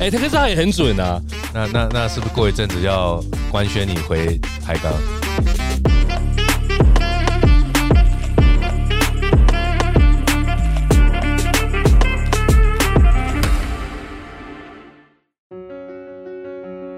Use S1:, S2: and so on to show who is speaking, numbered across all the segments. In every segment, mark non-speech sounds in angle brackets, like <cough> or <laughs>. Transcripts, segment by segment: S1: 哎、他可是他也很准啊。
S2: 那那那是不是过一阵子要官宣你回台钢？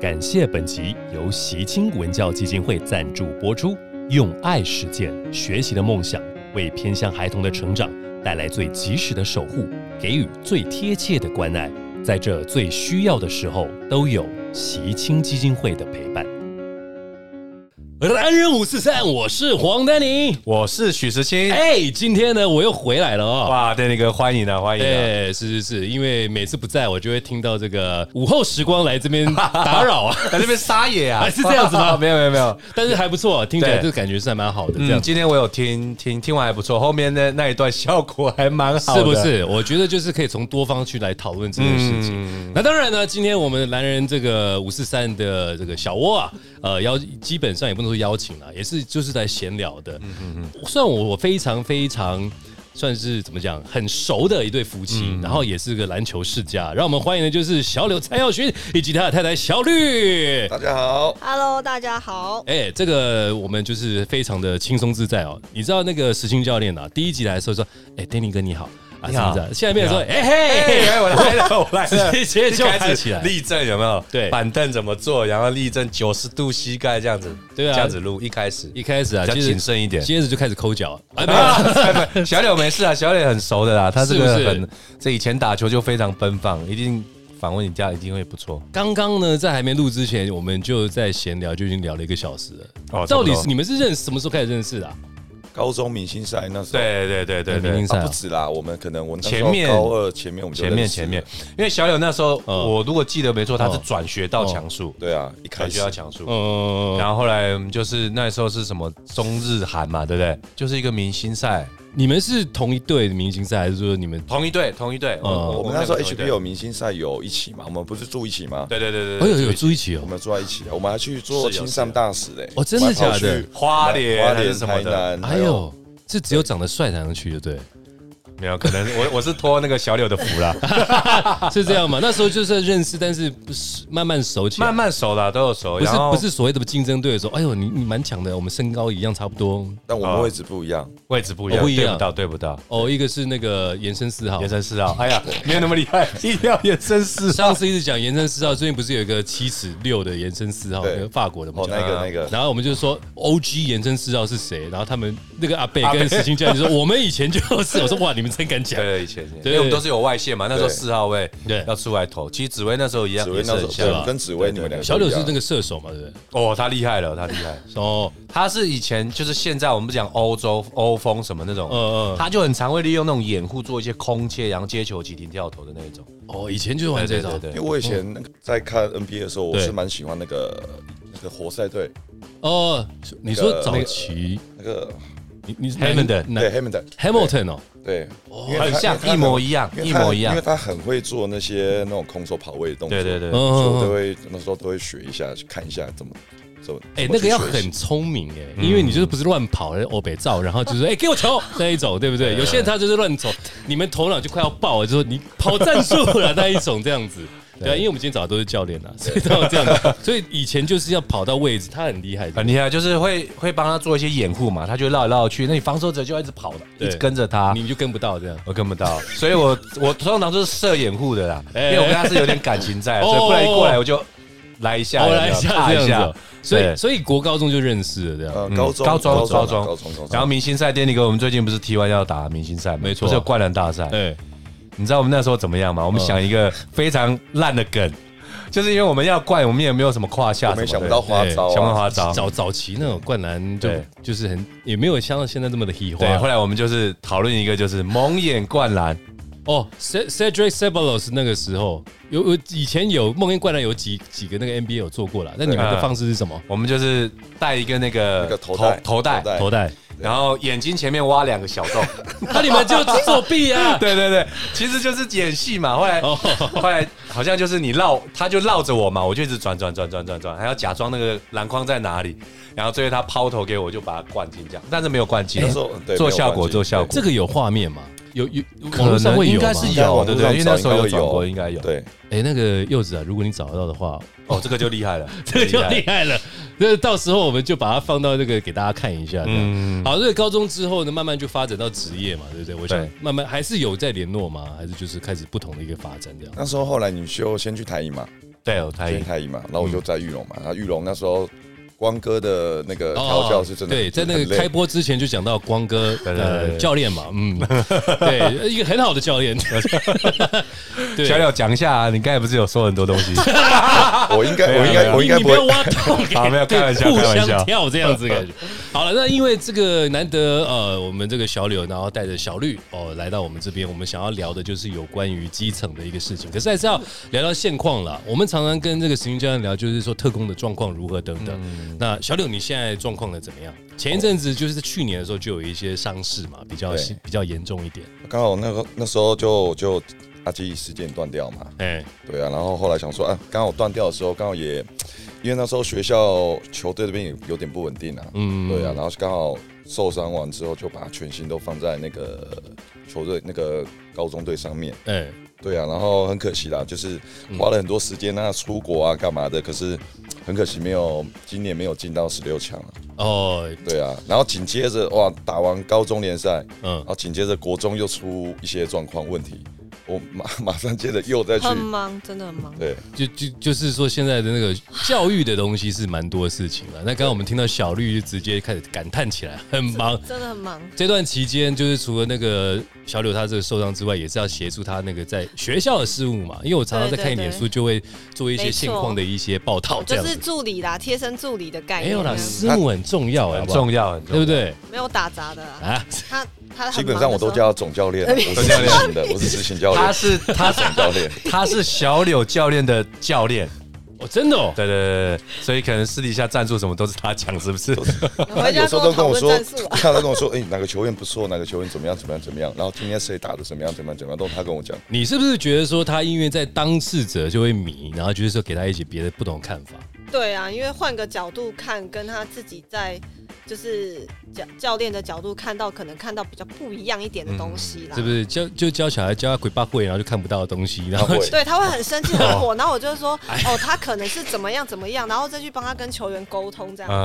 S3: 感谢本集由习清文教基金会赞助播出。用爱实践学习的梦想，为偏向孩童的成长带来最及时的守护，给予最贴切的关爱。在这最需要的时候，都有习清基金会的陪伴。
S1: 男人五四三，我是黄丹妮。
S2: 我是许时清。
S1: 哎、今天呢，我又回来了哦。
S2: 哇，对那个欢迎啊，欢迎啊！
S1: 对，哎是是是，因为每次不在，我就会听到这个午后时光来这边打扰
S2: <laughs>
S1: 啊，
S2: 在那边撒野啊，
S1: 啊 <laughs> 是这样子吗
S2: <laughs> 没有没有没有。
S1: 但是还不错，听起来
S2: 对
S1: 这感觉是还蛮好的，这样
S2: 嗯，今天我有听听听完还不错，后面的那一段效果还蛮好的，嗯
S1: 是不？是？我觉得就是可以从多方去来讨论这件事情。嗯那当然呢，今天我们的男人这个五四三的这个小窝啊，呃，邀基本上也不能说邀请了，也是就是在闲聊的。
S2: 嗯
S1: 算我我非常非常。算是怎么讲，很熟的一对夫妻，
S2: 嗯
S1: 然后也是个篮球世家。让我们欢迎的就是小柳蔡耀勋以及他的太太小绿。
S4: 大家好，
S5: Hello，大家好。
S1: 哎、这个我们就是非常的轻松自在哦。你知道那个石青教练啊，第一集来的时候说：“哎、丹尼哥你好啊，
S2: 你好
S1: 是不是现在变成说：“哎、嘿。
S2: 哎，我来了，我来
S1: <laughs>
S2: 了，
S1: 直接就
S2: 一开
S1: 嗨
S2: 始
S1: 起来
S2: 立正有没有？
S1: 对
S2: 板凳怎么坐，然后立正九十度膝盖这样子，
S1: 对啊
S2: 这样子录一开始。
S1: 一开始啊，
S2: 比较
S1: 就是
S2: 谨慎一点
S1: 接着就开始抠
S2: <laughs>
S1: 脚，哎，没有，
S2: 啊 <laughs> 小柳没事啊，小柳很熟的啦，他这个
S1: 是不是
S2: 很，这以前打球就非常奔放，一定访问你家一定会不错。
S1: 刚刚呢，在还没录之前，我们就在闲聊，就已经聊了一个小时了。
S2: 哦
S1: 到底
S2: 差不多
S1: 是你们是认识什么时候开始认识的啊？
S4: 高中明星赛那时候
S2: 对对对对
S1: 明星
S2: 对，
S1: 赛
S4: 啊
S1: 啊
S4: 不止啦，我们可能我那时候
S2: 前面
S4: 高二前面我们就
S2: 前面
S4: 认识
S2: 前
S4: 了
S2: 面，因为小柳那时候
S1: 嗯
S2: 我如果记得没错，他是转学到强树，
S4: 对啊，一开
S2: 转
S4: 始
S2: 学到强树。
S1: 呃，
S2: 然后后来我们就是那时候是什么中日韩嘛，对不对？就是一个明星赛，
S1: 你们是同一队的明星赛，还是说你们？
S2: 同一队，同一队。
S1: 嗯
S4: 我们那时候
S2: 同一队
S4: HBO 明星赛有一起嘛，我们不是住一起吗？
S2: 对对对对
S1: 哦，
S2: 对，
S1: 有有
S2: 对
S1: 住一起哦
S4: 我，们住在一起啊，我们还去做
S2: 是有
S4: 青山大使嘞。
S1: 哦真的
S4: 我们还跑
S1: 假的
S4: 去
S2: 花莲
S4: 花
S2: 还是
S4: 莲、
S2: 什么
S4: 台
S2: 的，
S4: 南，
S1: 哎呦，是只有长得帅才能去的，对，
S2: 没有可能，我我是托那个小柳的福
S1: <laughs>
S2: 啦，
S1: 啊是这样吗？那时候就是认识，但是不是慢慢熟起来，
S2: 慢慢熟啦，都有熟。
S1: 不是
S2: 然后
S1: 不是所谓的竞争对手。哎呦，你你蛮强的，我们身高一样差不多。
S4: 但我们位置不一样，
S2: 位置不一样，
S1: 哦不一样
S2: 对不到，对不到。
S1: 哦，一个是那个延伸四号
S2: 延，伸四号，哎呀，没有那么厉
S1: <laughs>
S2: 害，一定要延伸四号。
S1: 上次一直讲延伸四号，最近不是有一个七尺六的延伸四号，
S4: 对
S1: 那个法国的
S4: 哦
S2: 嗯
S1: 嘛，？
S4: 那个
S2: 啊
S4: 那个，
S1: 然后我们就说 O G 延伸四号是谁？然后他们那个阿贝跟石青教练说，我们以前就是。我说哇，你们真敢讲
S2: 对，以前，因
S1: 对
S2: 为我们都是有外线嘛，那时候
S4: 对
S2: 四号位
S1: 对
S2: 要出来投。其实紫薇那时候一样，
S4: 紫薇
S2: 也是
S4: 那时
S2: 很
S4: 候对
S1: 吧
S4: 我
S2: 像。
S4: 跟紫薇你们两个
S1: 小柳是
S4: 不
S1: 那
S4: 一样
S1: 个射手嘛，对不对？
S2: 哦，他厉害了，他厉
S1: <laughs>
S2: 害。
S1: 哦，
S2: 他是以前就是现在我们不讲欧洲欧风什么那种，
S1: 嗯嗯
S2: 他就很常会利用那种掩护做一些空切，然后接球急停跳投的那一种。
S1: 哦，以前就是玩这种。
S2: 对
S4: 因为我以前那个在看 NBA 的时候，我
S1: 嗯对
S4: 是蛮喜欢那个那个活塞队
S1: 哦，你说早期，
S4: 那个
S1: 你你是
S2: Hamilton
S1: 哪
S4: 对
S1: 个
S4: Hamilton 对
S1: Hamilton 哦，
S4: 对，因为他
S2: 很像
S4: 因为他
S2: 一模一样
S4: 因为
S2: 一
S4: 他
S2: 模一样
S4: 因为他很会做那些那种空手跑位的动作，
S2: 对对对，
S1: 嗯
S4: 所以我
S1: 嗯
S4: 都
S1: 嗯
S4: 会那时候都会学一下，去看一下怎么怎么。
S1: 哎、
S4: 怎么
S1: 那
S4: 去
S1: 个要
S4: 学习
S1: 很聪明哎、因为你就是不是乱跑，欧北照，然后就是哎、给我球那一种，对不对？有些人他就是乱走，你们头脑就快要爆了，就说你跑战术了那一种这样子。对啊，因为我们今天早上都是教练啦，所以都要这样 <laughs> 子。所以以前就是要跑到位置，他很厉害
S2: <laughs>
S1: 的。
S2: 很厉害，就是会会帮他做一些掩护嘛，他就绕来绕去，那你防守者就要一直跑的，
S1: 对
S2: 一直跟着他
S1: 你。们就跟不到这样。
S2: 我跟不到，所以我我通常都是设掩护的啦，因
S1: 哎
S2: 为我跟他是有点感情在，
S1: 哦
S2: 所以不然一过来我就来一下，
S1: 哦，来一下
S2: 踏
S1: 这
S2: 啊一
S1: 样
S2: 下
S1: 子，。所以
S2: 对
S1: 所以国高中就认识了这样。
S4: 呃高中
S2: 嗯高中
S4: 高
S2: 高
S4: 中
S2: 中
S4: 高中高中，
S2: 然后明星赛，电力哥，我们最近不是 T1 要打明星赛吗，
S1: 没错
S2: 不是有灌篮大赛。
S1: 对，嗯
S2: 你知道我们那时候怎么样吗？我们想一个非常烂的梗，就是因为我们要灌，我们也没有什么胯下什
S4: 我
S2: 么
S4: 们
S2: 的，
S4: 想不到花招
S2: 想不到
S4: 啊，
S2: 花招。
S1: 早早期那种灌篮就
S2: 对
S1: 就是很也没有像现在这么的喜
S2: 对，啊
S1: 欢。
S2: 后
S1: 啊
S2: 来我们就是讨论一个，就是蒙眼灌篮，
S1: 哦，Ced-，Cedric Sabalos 那个时候有有以前有梦魇灌篮有几几个那个 NBA 有做过了，那你们
S2: 啊
S1: 的方式是什么？
S2: 我们就是戴一个那个
S4: 那个头带
S2: 头带
S4: 头，带
S1: 头带，
S2: 然后眼睛前面挖两个小
S4: <laughs>
S2: 洞。
S1: 那你们就作弊啊！
S2: <laughs> 对对对，其实就是演戏嘛。后来
S1: 哦
S2: 后来好像就是你绕，他就绕着我嘛，我就一直转转转转转转，还要假装那个篮筐在哪里，然后最后他抛投给我，我就把它灌进这样，但是没有灌进
S4: 那时候，对
S2: 做
S4: 没有
S2: 效果
S4: 灌进
S2: 做效
S4: 对
S2: 果。
S1: 这个有画面吗？有有网
S2: 可
S1: 络上
S2: 能
S1: 会有
S2: 应
S1: 吗
S2: 该是有，啊对不对？因为那时候有转过，
S4: 应
S2: 应该有。
S4: 对，
S1: 哎、那个柚子啊，如果你找得到的话，
S2: 哦，这个 <laughs> 就厉害了，
S1: <laughs> 这个就厉害了。那到时候我们就把它放到这个给大家看一下。嗯，
S2: 嗯，
S1: 好，所以高中之后呢，慢慢就发展到职业嘛，对不对？我想
S2: 对
S1: 慢慢还是有在联络吗？还是就是开始不同的一个发展这样？
S4: 那时候后来你就先去台艺嘛，
S2: 对，有台
S4: 先去
S2: 语，
S4: 台艺嘛，然
S2: 嗯
S4: 后我就在玉龙嘛，然后玉龙那时候光哥的那个
S2: 哦
S4: 调教是真的
S1: 哦对，
S4: 很累，
S1: 在那个开播之前就讲到光哥
S2: 对对对
S1: 呃
S2: 对
S1: 教练嘛，嗯，对，一个很好的教
S2: <laughs>
S1: 练，对，
S2: 小廖讲一下啊，你刚才不是有说很多东
S4: <laughs>
S2: 西？<laughs>
S4: 我应该我应该我
S1: 你
S4: 应该
S1: 你
S4: 不
S1: 不要
S4: 会，
S1: 挖洞给，
S2: 好没有开玩笑
S1: 对
S2: 开玩
S1: 互
S2: 笑
S1: 相跳这样子
S2: <laughs>
S1: 的感觉。好了，那因为这个难得呃，我们这个小柳，然后带着小绿哦来到我们这边，我们想要聊的就是有关于基层的一个事情，可是还是要聊聊现况啦。我们常常跟这个行政教练聊，就是说特工的状况如何等等。
S2: 嗯
S1: 那小柳，你现在状况的怎么样？前一阵子就是去年的时候就有一些伤势嘛，比较
S4: 对
S1: 比较严重一点。
S4: 刚好那个那时候就就阿基时间断掉嘛，
S1: 哎、
S4: 对啊，然后后来想说啊，刚好断掉的时候，刚好也因为那时候学校球队这边也有点不稳定啊，
S1: 嗯，
S4: 对啊，然后刚好受伤完之后，就把全心都放在那个球队那个高中队上面，
S1: 哎、
S4: 对啊，然后很可惜啦，就是
S1: 嗯
S4: 花了很多时间啊，出国啊干嘛的，可是很可惜没有今年没有进到十六强啊，
S1: 哦，
S4: 对啊，然后紧接着哇，打完高中联赛，
S1: 嗯
S4: 然，后紧接着国中又出一些状况问题，我马马上接着又再去
S5: 很忙，真的很忙。
S4: 对。
S1: 就就就是说，现在的那个教育的东西是蛮多事情了。那刚刚我们听到小绿就直接开始感叹起来，很忙。
S5: 真的很忙，
S1: 这段期间，就是除了那个小柳他这个受伤之外，也是要协助他那个在学校的事务嘛。因为我常常在看你脸书，就会做一些现况的一些报道，这
S5: 就
S1: 样
S5: 是
S1: 子。
S5: 助理啦，贴身助理的概
S1: 没
S5: 念。
S1: 有啦，
S5: 这样
S1: 事务很重要，啊
S2: 很
S1: 很重，
S2: 重要，很重
S1: 对
S2: 要
S1: 不。对？
S5: 没有打杂的啦。
S1: 啊，
S5: 他他
S4: <laughs> 基本上我都
S5: 叫
S4: 叫他总教练啊，我是
S2: 总教
S4: 执
S2: 练
S4: 行的，我是执行教
S2: 他
S4: 练，
S2: 是他是
S4: 总教练。
S2: 他是小柳教练的教练，
S1: 哦，真的哦，
S2: 对对对对对，所以可能私底下赞助什么都是他讲，是不是？
S4: 他
S5: 回
S4: <laughs> 有
S5: 家
S4: 时
S5: 跟
S4: 候都
S5: 我
S4: 跟
S5: 讨论
S4: 我说
S5: 战术，啊。
S4: 他都跟我说，哎、哪个球员不错，哪个球员怎么样，怎么样，怎么样，然后今天谁打的怎么样，怎么样，怎么样，都他跟我讲。
S1: 你是不是觉得说他因为在当事者就会迷，然后就是说给他一些别的不同的看法？
S5: 对啊，因为换个角度看，跟他自己在就是教教练的角度看到，可能看到比较不一样一点的东西
S2: 嗯
S5: 啦。
S1: 是不是教就教小孩教他鬼八会，然后就看不到的东西，然后
S4: 他会
S5: 对，他会很生气很火，然后我就会说，哦，他可能是怎么样怎么样，然后再去帮他跟球员沟通这样子。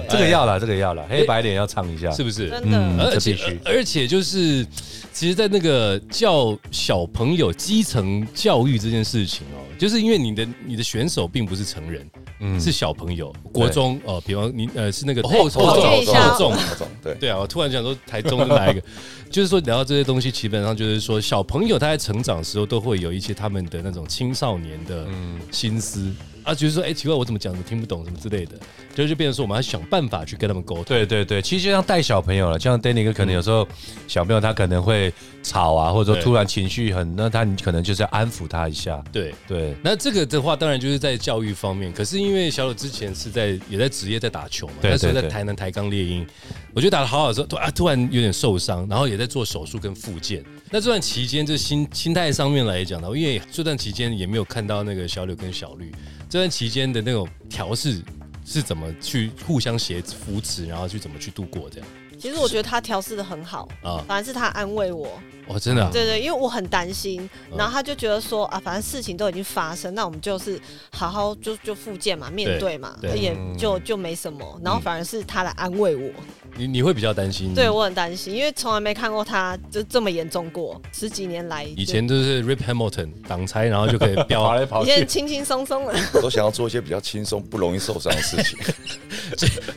S2: 嗯，
S5: 对
S2: 这个要了，这个要了，黑白脸要唱一下，
S1: 是不是？
S5: 真的，
S1: 嗯而
S2: 嗯这
S1: 且呃
S2: 必须
S1: 而且就是，其实，在那个教小朋友基层教育这件事情哦，就是因为你的你的选手并不是成人，
S2: 嗯
S1: 是小朋友，国中哦，比方你呃是那个厚
S5: 我
S1: 重
S5: 觉
S1: <laughs>
S5: 得一下
S1: 厚重。
S4: 那种对，
S1: 对啊，我突然想说台中是哪一个？ <laughs> 就是说聊到这些东西，基本上就是说小朋友他在成长的时候都会有一些他们的那种青少年的
S2: 嗯
S1: 心思、啊，就是说哎、奇怪我怎么讲你听不懂什么之类的，就就变成说我们要想办法去跟他们沟通。
S2: 对对对，其实就像带小朋友了，就像 Danny 哥可能有时候小朋友他可能会吵啊，或者说
S1: 对
S2: 突然情绪很，那他你可能就是要安抚他一下。
S1: 对，
S2: 对，
S1: 那这个的话，当然就是在教育方面。可是因为小柳之前是在也在职业在打球嘛，
S2: 对
S1: 那时候
S2: 对
S1: 在
S2: 对
S1: 台南台钢猎鹰，我觉得打的好好的时候，突啊突然有点受伤，然后也在做手术跟复健。那这段期间，就心心态上面来讲呢，因为这段期间也没有看到那个小柳跟小绿，这段期间的那种调试是怎么去互相协扶持，然后去怎么去度过这样
S5: 其实我觉得他调试的很好，
S1: 啊？
S5: 反而是他安慰我，
S1: 哦，真的、啊，
S5: 对对，因为我很担心，
S1: 嗯
S5: 然后他就觉得说啊，反正事情都已经发生，那我们就是好好就就复健嘛，面对嘛，
S1: 对嗯
S5: 也就就没什么。然后反而是他来安慰我，
S1: 你你会比较担心？
S5: 对我很担心，因为从来没看过他就这么严重过，十几年来
S1: 以前就是 Rip Hamilton 挡拆，然后就可以
S5: <laughs>
S1: 飙
S2: 跑来跑
S5: 以前
S2: 去，
S5: 轻轻松松的， <laughs>
S4: 我都想要做一些比较轻松、不容易受伤的事情。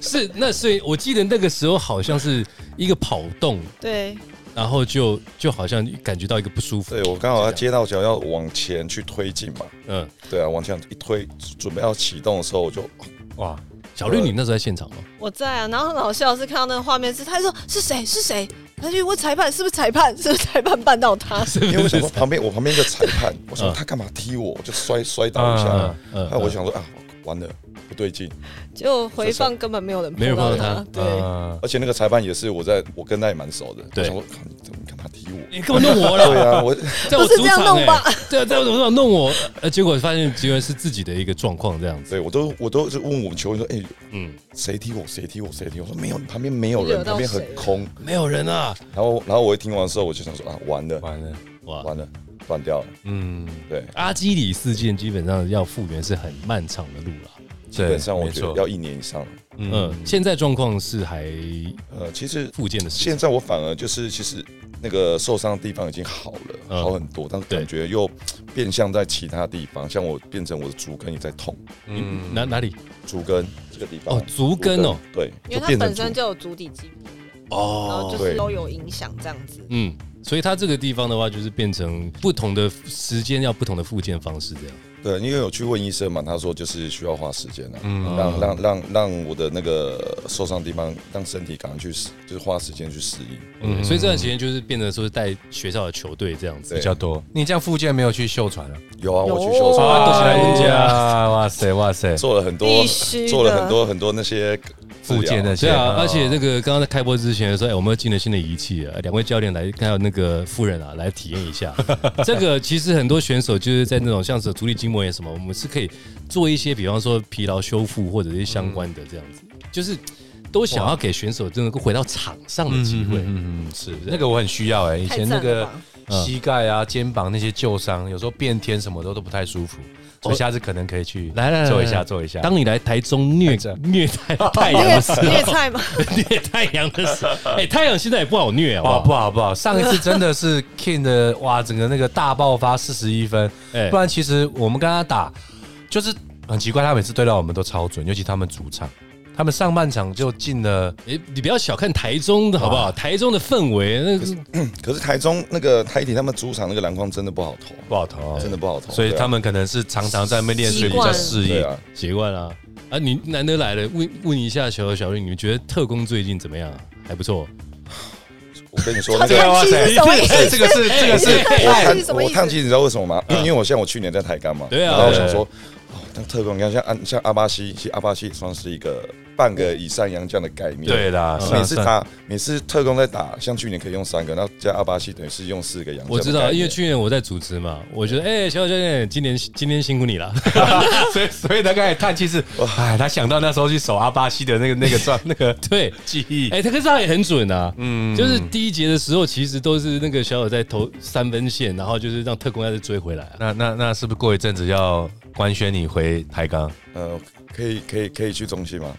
S1: 是，那所以我记得那个时候好像是一个跑动，
S5: 对，
S1: 然后就就好像感觉到一个不舒服。
S4: 对我刚好要接到想要往前去推进嘛，
S1: 嗯，
S4: 对啊，往前一推，准备要启动的时候，我就
S2: 哇，
S1: 小绿，你那时候在现场吗？
S5: 我在啊。然后很好笑的是看到那个画面是，他就说是谁是谁，他就问裁判是不是裁判，是不是裁判绊到他， <laughs>
S4: 呃因为我想说旁边我旁边一个裁判，我说
S1: 嗯
S4: 他干嘛踢我，我就摔摔倒一下
S2: 嗯。
S1: <laughs> 嗯
S4: 那我想说啊，完了不对劲，
S5: 就回放根本没有人
S1: 没有碰
S5: 碰到
S1: 到他
S5: 对，
S2: 嗯
S4: 而且那个裁判也是我在我跟他也蛮熟的，
S1: 对
S4: 我想说看你怎么你干嘛踢我？
S1: 你干嘛弄我了？
S4: 对啊，我 <laughs>
S1: 在我
S5: 不是
S1: 主
S5: 这样
S1: 场
S5: 弄吧
S1: 哎， <laughs> 对啊，在我主场弄我，呃，结果发现结果是自己的一个状况这样子。
S4: 对我都我都是问我们球员说，哎、
S1: 嗯，
S4: 谁踢我？谁踢我？谁踢我？我说没有，旁边没有
S5: 你
S4: 人，
S5: 惹到
S4: 旁边很
S5: 谁了
S4: 空。
S1: 没有人啊，
S4: 然后然后我一听完之后，我就想说啊，完了
S2: 完了，
S1: 哇！
S4: 完了，断掉了。
S2: 嗯，
S4: 对，
S1: 阿基里斯腱基本上要复原是很漫长的路了。
S2: 基
S4: 基本上我觉得要一年以上了。
S1: 嗯，现在状况是还
S4: 呃，其实
S1: 复健的事情
S4: 现在我反而就是，其实那个受伤的地方已经好了，
S1: 嗯
S4: 好很多，但是
S1: 对
S4: 感觉又变相在其他地方，像我变成我的足跟也在痛，
S1: 嗯哪哪里？
S4: 足跟这个地方
S1: 哦，足跟哦，，
S4: 对，
S5: 因为
S4: 就
S5: 他
S4: 变成哦
S5: 本
S4: 足
S5: 身就有足底筋膜，然后就
S4: 对
S5: 是都有影响这样子。
S1: 嗯，所以它这个地方的话，就是变成不同的时间要不同的复健方式这样。
S4: 对，因为有去问医生嘛，他说就是需要花时间啊，
S2: 嗯
S4: 让让让让我的那个受伤地方，让身体赶快去适，就是花时间去适应。
S1: 嗯，所以这段时间就是变成说是带学校的球队这样子
S4: 对
S2: 比。较多。你这样复健没有去秀传了？
S4: 有啊，
S5: 有
S4: 我去
S5: 啊
S4: 秀场
S1: 都是来人家
S2: 哎呀哇塞哇塞，
S4: 做了很多
S5: 必，须的
S4: 做了很多很多那些治疗
S2: 复健的
S1: 对啊，
S2: 哦
S1: 而且那个刚刚在开播之前说，哎，我们又进了新的仪器啊，两位教练来，还有那个夫人啊，来体验一
S2: <laughs>
S1: 下。这个其实很多选手就是在那种像是足底筋膜炎什么，我们是可以做一些，比方说疲劳修复或者是相关的这样子，就是都想要给选手真的回到场上的机会。
S2: 嗯嗯嗯嗯，是那个我很需要哎，以前那
S5: 太赞
S2: 个
S5: 了吧嗯
S2: 膝盖啊、肩膀那些旧伤，有时候变天什么都都不太舒服，所以下次可能可以去
S1: 来来来，
S2: 做一
S1: 来
S2: 下做一下。
S1: 当你来台中虐
S2: 看着
S1: 虐太太阳的时
S5: 虐虐
S1: 候，
S5: 菜吗？
S1: <laughs> 虐太阳的时
S2: <laughs>
S1: 候，哎，太阳现在也不好虐，好不
S2: 哇，
S1: 好？
S2: 不好不好，上一次真的是 King 的哇，整个那个大爆发四十一分，
S1: 哎
S2: 不然其实我们跟他打就是很奇怪，他每次对到我们都超准，尤其他们主场，他们上半场就进了，
S1: 你你不要小看台中的好不好？台中的氛围，那个是
S4: 可是台中那个台体他们主场那个篮筐真的不好投，
S2: 不好投
S4: 真的不好投，
S2: 所以
S4: 对啊
S2: 他们可能是常常在那边练，所以比较适
S4: 对
S2: 应。
S4: 啊，
S1: 习惯了啊！你难得来了，问问一下小何小瑞，你们觉得特工最近怎么样啊？还不错，
S4: 我跟你说
S2: <laughs>
S4: 那
S5: 这
S4: 个。
S5: 个
S2: 啊哇塞
S5: 是什么意思
S2: 哎这个是这个嗯是
S1: 哎
S4: 我
S5: 哎
S4: 叹
S5: 是什么意
S4: 我
S5: 思
S4: 叹气，你知道为什么吗？因为我像我去年在台钢嘛，
S1: 对啊
S4: 然后我想说，哦，那特工，你看像安像阿巴西，其实阿巴西算是一个半个以上洋将的概念，
S2: 对啦，
S1: 嗯
S4: 每
S2: 上
S4: 次
S2: 上
S4: 打每次特工在打，像去年可以用三个，然后加阿巴西等于是用四个洋将的概念。
S1: 我知道，因为去年我在主持嘛，我觉得哎、小何教练，今年今天辛苦你了。 <laughs>
S2: <laughs> 所以所以他刚才叹气是，哎，他想到那时候去守阿巴西的那个那个状那个
S1: 对，
S2: 记忆，
S1: 哎、他可是他也很准啊，
S2: 嗯，
S1: 就是第一节的时候，其实都是那个小何在投三分线，然后就是让特工要再追回来啊、 <laughs>
S2: 那那那是不是过一阵子要官宣你回台钢？
S4: 呃，可以可以可以去中心吗？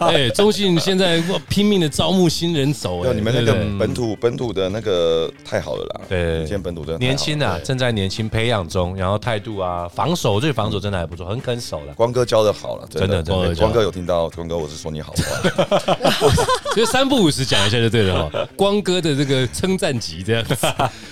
S1: 哎、中信现在哇拼命的招募新人手、哎
S4: 要你们那个
S1: 对不对
S4: 本土本土的那个太好了啦，
S2: 对
S4: 今天本土真的太好了
S2: 年轻啊，正在年轻培养中，然后态度啊，防守对防守真的还不错，很肯守的。
S4: 光哥教的好了，
S2: 真的真
S1: 的
S4: 光哥有听到，光哥我是说你好话，
S1: 所以三不五时讲一下就对了
S4: <laughs>
S1: 哈。光哥的这个称赞集这样 <laughs> 子。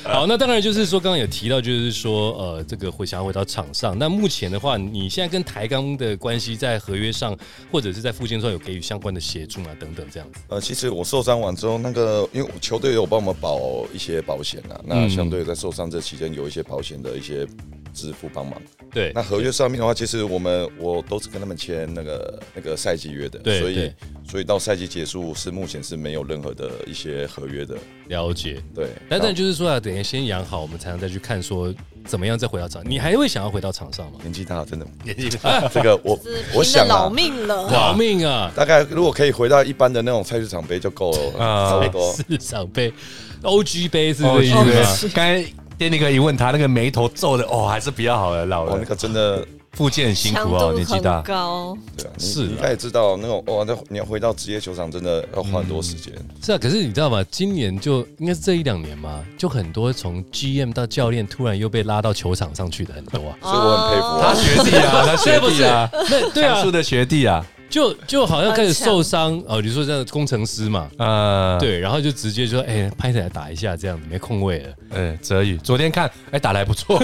S1: 好，那当然就是说，刚刚有提到，就是说，呃，这个回想要回到场上。那目前的话，你现在跟台钢的关系在合约上，或者是在附件上有给予相关的协助啊，等等这样子。
S4: 呃，其实我受伤完之后，那个因为我球队有帮我们保一些保险啊，那
S1: 嗯
S4: 相对在受伤这期间有一些保险的一些支付帮忙。
S1: 对
S4: 那，合约上面的话，其实我们我都是跟他们签那个那个赛季约的，
S1: 对
S4: 所以
S1: 对
S4: 所以到赛季结束是目前是没有任何的一些合约的，
S1: 了解。
S4: 对。
S1: 但
S4: 然后
S1: 但就是说啊，等于先养好，我们才能再去看说怎么样再回到场。你还会想要回到场上吗？
S4: 年纪大了，真的，
S1: 年纪大，
S4: 这个我
S5: 是拼
S4: 我
S5: 了
S4: 想
S5: 老
S4: 啊，
S5: 命了，
S1: 保命啊！
S4: 大概如果可以回到一般的那种菜市场杯就够了，
S2: 啊
S4: 差不多。
S1: 市场杯、OG 杯是
S2: <laughs> 哦
S1: 不是？
S2: 对刚才电力哥一问他那个眉头皱的，哦，还是比较好的，老
S4: 哦，那
S2: 了，
S4: 个真的，
S2: 复健很辛
S5: 强
S2: 苦哦，
S5: 度
S2: 年纪大
S5: 很。高。
S4: 对啊，
S1: 是
S4: 你
S1: 啊
S4: 你应该也知道，那种哦，那你要回到职业球场，真的要花很多时间。
S5: 嗯
S1: 是啊，可是你知道吗？今年就应该是这一两年嘛，就很多从 GM 到教练突然又被拉到球场上去的很多啊。
S4: 所以我很佩服
S2: 他
S4: 啊。
S2: 学弟啊，他学弟
S5: <laughs>
S2: 啊，
S1: 那对
S2: 江
S1: 啊
S2: 苏，的学弟啊，
S1: 就就好像开始受伤哦。你说这样工程师嘛，
S2: 呃，，
S1: 对，然后就直接说，哎、拍起来打一下，这样子没空位了。
S2: 嗯，泽宇昨天看，哎，打得还不错，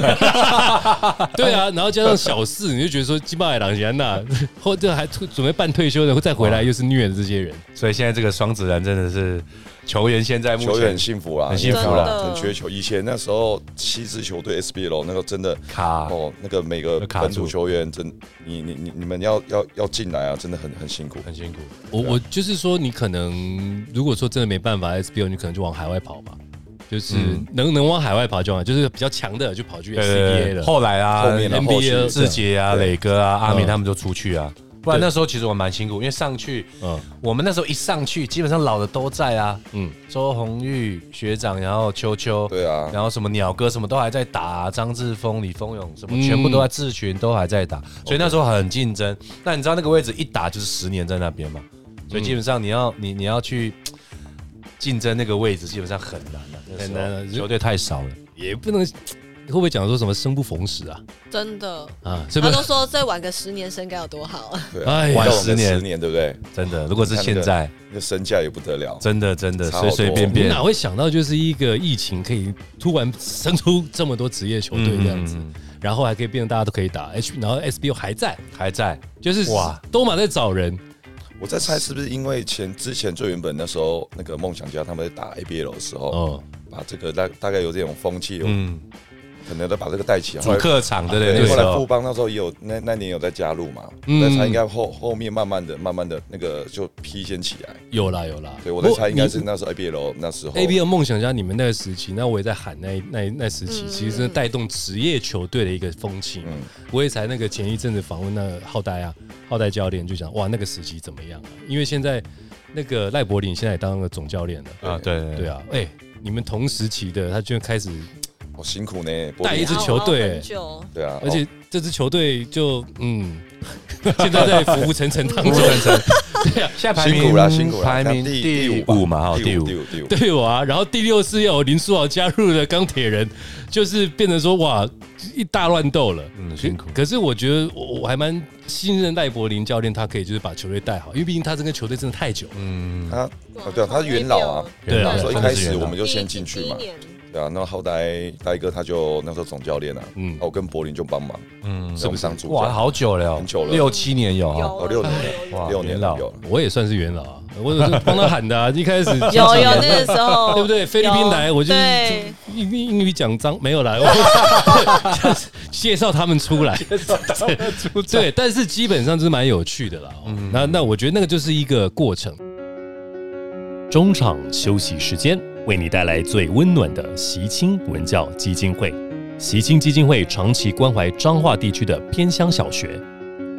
S1: 对啊，然后加上小四，你就觉得说金巴海狼人呐， <laughs> 或者还退准备办退休的，再回来又是虐的这些人。
S2: 所以现在这个双子人真的是球员现在目
S4: 球员
S2: 前
S4: 很幸福啊，
S2: 很幸福
S4: 啦
S2: 啦
S5: 真的
S4: 很缺球。以前那时候七支球队 SBL 那个真的
S2: 卡
S4: 哦，那个每个
S2: 都啊卡住
S4: 本土球员真，你你你你们要要要进来啊，真的很很辛苦。
S2: 很辛苦，
S1: 我我就是说，你可能如果说真的没办法 SBO，你可能就往海外跑吧，就是
S2: 嗯
S1: 能能往海外跑就往，就是比较强的就跑去 CBA 了。
S2: 后来啊，
S4: 后面啊后续
S1: NBA
S2: 志杰啊、
S4: 对
S2: 磊哥啊、阿明
S1: 嗯
S2: 他们都出去啊。不然
S1: 对
S2: 那时候其实我蛮辛苦，因为上去
S1: 嗯
S2: 我们那时候一上去，基本上老的都在啊，
S1: 嗯，
S2: 周红玉学长，然后秋秋，
S4: 对啊，
S2: 然后什么鸟哥什么都还在打、张志峰、李峰勇什么
S1: 嗯
S2: 全部都在志群都还在打，所以那时候很竞争。那你知道那个位置一打就是十年在那边嘛，所以基本上你要你你要去竞争那个位置，基本上很难了、那时
S1: 很
S2: 候
S1: 难了
S2: 球队太少了。
S1: 也不能会不会讲说什么生不逢时啊
S5: 真的，
S1: 啊，是不
S5: 他
S1: 是
S5: 都？说再晚个十年生该有多好啊！
S4: 对啊，
S1: 哎呀
S2: 晚
S4: 到我们
S2: 十年
S4: 十年对不对？
S2: 真的，如果是现在，
S4: 那身价也不得了。
S2: 真的真的
S4: 差好多
S2: 随随便
S1: 你
S2: 便
S1: 哪会想到就是一个疫情可以突然生出这么多职业球队这样子，
S2: 嗯
S1: 然后还可以变得大家都可以打 H，然后 SBO 还在，
S2: 还在，
S1: 就是哇
S2: 哇，
S1: 都马在找人，
S4: 我在猜是不是因为前之前最原本那时候那个梦想家他们在打 ABL 的时候，
S1: 哦，
S4: 把这个大大概有这种风气，有
S2: 嗯，
S4: 可能都把这个带起来。后
S2: 主
S4: 来
S2: 客场对不对？那个
S4: 对，后
S2: 时
S4: 来富
S2: 候
S4: 邦那时候也有那那年有在加入嘛，
S1: 嗯
S4: 但是他应该后后面慢慢的、慢慢的那个就披肩起来。
S1: 有啦有啦，
S4: 对我在
S1: 不过
S4: 猜，应该
S1: 你
S4: 是那时候 ABL 那时候
S1: ABL 梦想家，你们那个时期，那我也在喊那那那时期，
S5: 嗯
S1: 其实真的带动职业球队的一个风气嘛。
S4: 嗯
S1: 我也才那个前一阵子访问那个浩代啊，浩代教练就讲，哇，那个时期怎么样、啊？因为现在那个赖柏林现在也当了总教练了，
S2: 啊，对
S4: 嗯
S2: 对
S1: 对
S2: 啊，
S1: 啊，哎、你们同时期的，他就开始，
S4: 好哦辛苦呢，
S1: 带一支
S5: 然后
S1: 球队
S5: 熬很久，
S4: 对啊，
S1: 而且这支球队就嗯， <laughs> 现在在浮浮沉沉当中，
S2: 现在
S4: 哦
S2: 排名
S4: 辛苦啦，辛苦啦，
S2: 排名
S4: 那
S2: 第五嘛，哈，第
S4: 第
S2: 五
S4: 五，。第五，第
S1: <laughs>
S4: 五，
S1: 对我啊，然后第六次要有林书豪加入的钢铁人，就是变成说哇一大乱斗了，
S2: 嗯
S1: 可
S2: 辛苦
S1: 可是我觉得我我还蛮信任赖柏林教练，他可以就是把球队带好，因为毕竟他这个球队真的太久了。
S2: 嗯，
S4: 他啊对啊，他是元老啊，
S1: 对啊
S4: 那时候一开始我
S2: 们。
S4: 们就先进去嘛
S5: 第一，年
S4: 对啊，那后来呆哥他就那时候总教练啊，
S1: 嗯
S4: 嗯，我跟柏林就帮忙，
S2: 嗯
S4: 送上主
S2: 哇，
S4: 教，
S2: 好久了哦，
S4: 很久了
S2: 六七年有
S5: 有
S2: 哦，
S5: 啊
S4: 哦六年
S5: 有有
S2: 哇
S4: 六年
S2: 元老
S4: 了有了，
S1: 我也算是元老啊，我有时候帮他喊的、啊，一
S5: <laughs>
S1: 开始
S5: 有有那个时候，
S1: 对不对？菲律宾来，
S5: 有
S1: 我就
S5: 对
S1: 英英语讲脏没有来，我 <laughs> 就是介绍他们出来，对，但是基本上就是蛮有趣的啦。哦那那我觉得那个就是一个过程。
S3: 中场休息时间，为你带来最温暖的习青文教基金会。习青基金会长期关怀彰化地区的偏乡小学，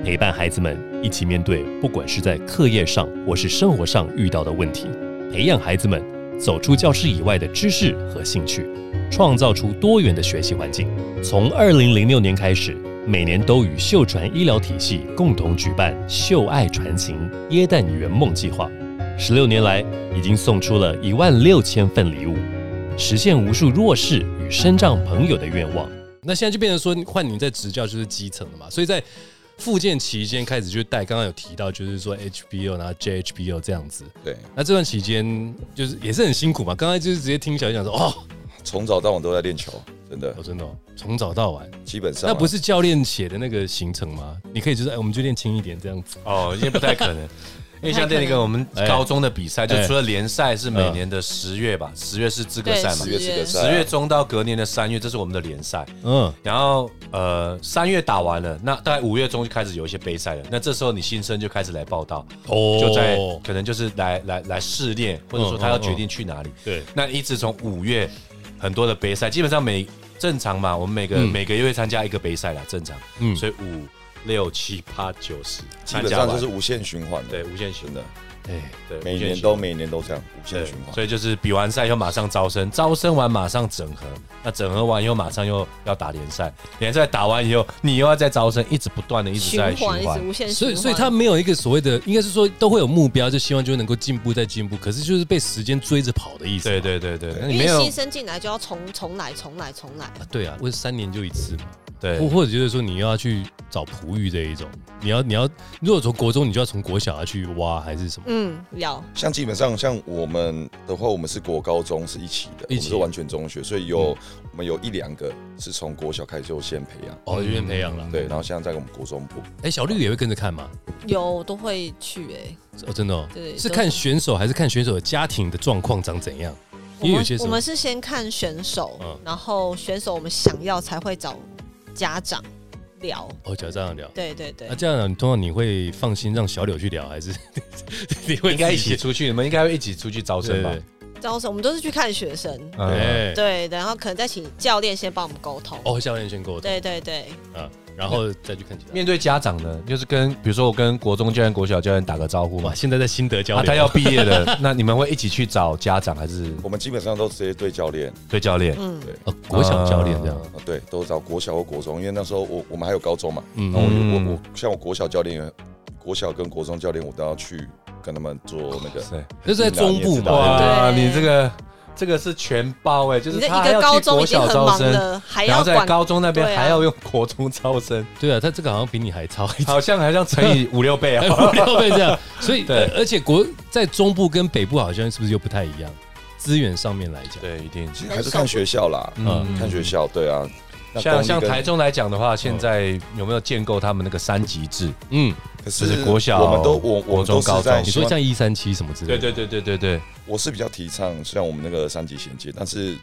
S3: 陪伴孩子们一起面对不管是在课业上或是生活上遇到的问题，培养孩子们走出教室以外的知识和兴趣，创造出多元的学习环境。从二零零六年开始，每年都与秀传医疗体系共同举办“秀爱传情耶诞圆梦计划”。十六年来，已经送出了一万六千份礼物，实现无数弱势与身障朋友的愿望。
S1: 那现在就变成说，换你在执教就是基层了嘛，所以在复健期间开始就带，刚刚有提到就是说 HBO 然后 JHBO 这样子。
S4: 对，
S1: 那这段期间就是也是很辛苦嘛，刚才就是直接听小姐讲说，哦，
S4: 从早到晚都在练球，真的
S1: 我，真的哦从早到晚，
S4: 基本上啊
S1: 那不是教练写的那个行程吗？你可以就是哎，我们就练轻一点这样子。
S2: 哦，因为不太可能。因为像那个我们高中的比赛，就除了联赛是每年的十月吧，十月是资格赛嘛
S4: 十，月资格赛啊，
S2: 十月中到隔年的三月，这是我们的联赛。
S1: 嗯，
S2: 然后呃，三月打完了，那大概五月中就开始有一些杯赛了。那这时候你新生就开始来报道，
S1: 哦
S2: 就在可能就是来来来试练，或者说他要决定去哪里。
S1: 对，
S2: 那一直从五月很多的杯赛，基本上每正常嘛，我们每个、每个月会参加一个杯赛啦，正常。
S1: 嗯
S2: 所以五六七八九十，
S4: 基
S2: 参
S4: 本
S2: 加
S4: 上
S2: 完
S4: 就是无限循环的
S2: 对，无限循
S4: 真的，
S1: 哎，
S2: 对，
S4: 每
S2: 无限
S4: 年
S2: 循
S4: 都每年都这样无限
S2: 对
S4: 循，环
S2: 所。以就是比完赛以后马上招生，招生完马上整合，那整合完以后马上又要打联赛，联赛打完以后你又要再招生，一直不断的一直
S5: 循
S2: 在循
S5: 环，一直
S2: 环。
S5: 无哎限循环。
S1: 所以所以他没有一个所谓的，应该是说都会有目标，就希望就能够进步再进步，可是就是被时间追着跑的意思嘛。
S2: 对对对对，那你
S5: 因
S2: 没
S5: 为
S2: 有
S5: 新生进来就要重重来，重来，重来。
S1: 啊对啊，我是三年就一次嘛，
S2: 对
S1: 或或者就是说你又要去找璞玉这一种？你要你要，如果从国中，你就要从国小要去挖，还是什么？
S5: 嗯，要
S4: 像基本上像我们的话，我们是国高中是一起的，我
S1: 一
S4: 们
S1: 起
S4: 是完全中学，所以有、
S2: 嗯
S4: 我们有一两个是从国小开始就先培养，
S1: 哦，这边培养
S2: 嗯
S1: 了。
S4: 对，然后现在在我们国中部，
S1: 哎、小绿也会跟着看吗？
S5: 有都会去哎、
S1: 哦，真的、哦，
S5: 对
S1: 是
S5: 都
S1: 看选手还是看选手的家庭的状况长怎样？
S5: 我
S1: 因为有
S5: 们
S1: 些时
S5: 我
S1: 候
S5: 们是先看选手，
S1: 嗯
S5: 然后选手我们想要才会找家长聊。
S1: 哦，假如这样聊。
S5: 对对对，
S1: 那、啊这样、你通常你会放心让小柳去聊，还是 <laughs> 你会
S2: 应该一
S1: 自己
S2: 起出去，你们应该会一起出去招生吧？
S5: 招生我们都是去看学生，
S1: 对对对
S2: 嗯
S5: 对，然后可能再请教练先帮我们沟通。
S1: 哎哦，教练先沟通，
S5: 对对对，
S1: 啊，然后再去看其他。
S2: 面对家长呢，就是跟比如说我跟国中教练、国小教练打个招呼嘛
S1: 哇，。现在在新德教
S2: 啊，
S1: 练，
S2: 他
S4: 哦
S2: 要毕业了，那你们会一起去找家长还是
S4: 我们基本上都直接对教练，
S2: 对教
S4: <laughs>
S2: 练？
S5: 嗯，
S1: 哦国小教
S2: 嗯
S1: 练这样，
S4: 呃对，都找国小或国中，因为那时候我我们还有高中嘛，
S1: 嗯
S4: 然后我就
S2: 嗯
S4: 我我像我国小教练，国小跟国中教练我都要去跟他们做那个，
S2: 是
S1: 就是在中部
S4: 对
S1: 嘛，
S2: 哇，
S5: 对
S2: 你这个这个是全包哎，就
S5: 你
S2: 是
S5: 这
S2: 他
S5: 一
S2: 还
S5: 个
S2: 要
S5: 高
S2: 去
S5: 中
S2: 国
S5: 已经
S2: 小
S5: 很
S2: 招
S5: 忙
S2: 生，
S5: 了，还
S2: 然后
S5: 要
S2: 在
S5: 管
S2: 高中那边
S5: 对啊
S2: 还要用国中招生，
S1: 对啊，他这个好像比你还超一点，
S2: 好像还像乘以五六倍啊。
S1: 不要被这样。所以，
S2: 对
S1: 呃而且国在中部跟北部好像是不是又不太一样？资源上面来讲，
S2: 对，一定。
S4: 其实还是看学校啦，
S1: 嗯
S4: 看学校，对啊，那公
S2: 像
S4: 立
S2: 像
S4: 跟
S2: 台中来讲的话，现在有没有建构他们那个三级制？
S1: 嗯，
S4: 可
S2: 就是国小
S4: 我们都我我
S2: 国
S4: 们
S2: 中
S4: 都
S2: 高中
S4: 是在
S1: 你
S4: 希
S1: 说
S4: 望
S1: 像一三七什么之类
S2: 对
S1: 的，
S2: 对对对对对，
S4: 我是比较提倡像我们那个三级衔接，但是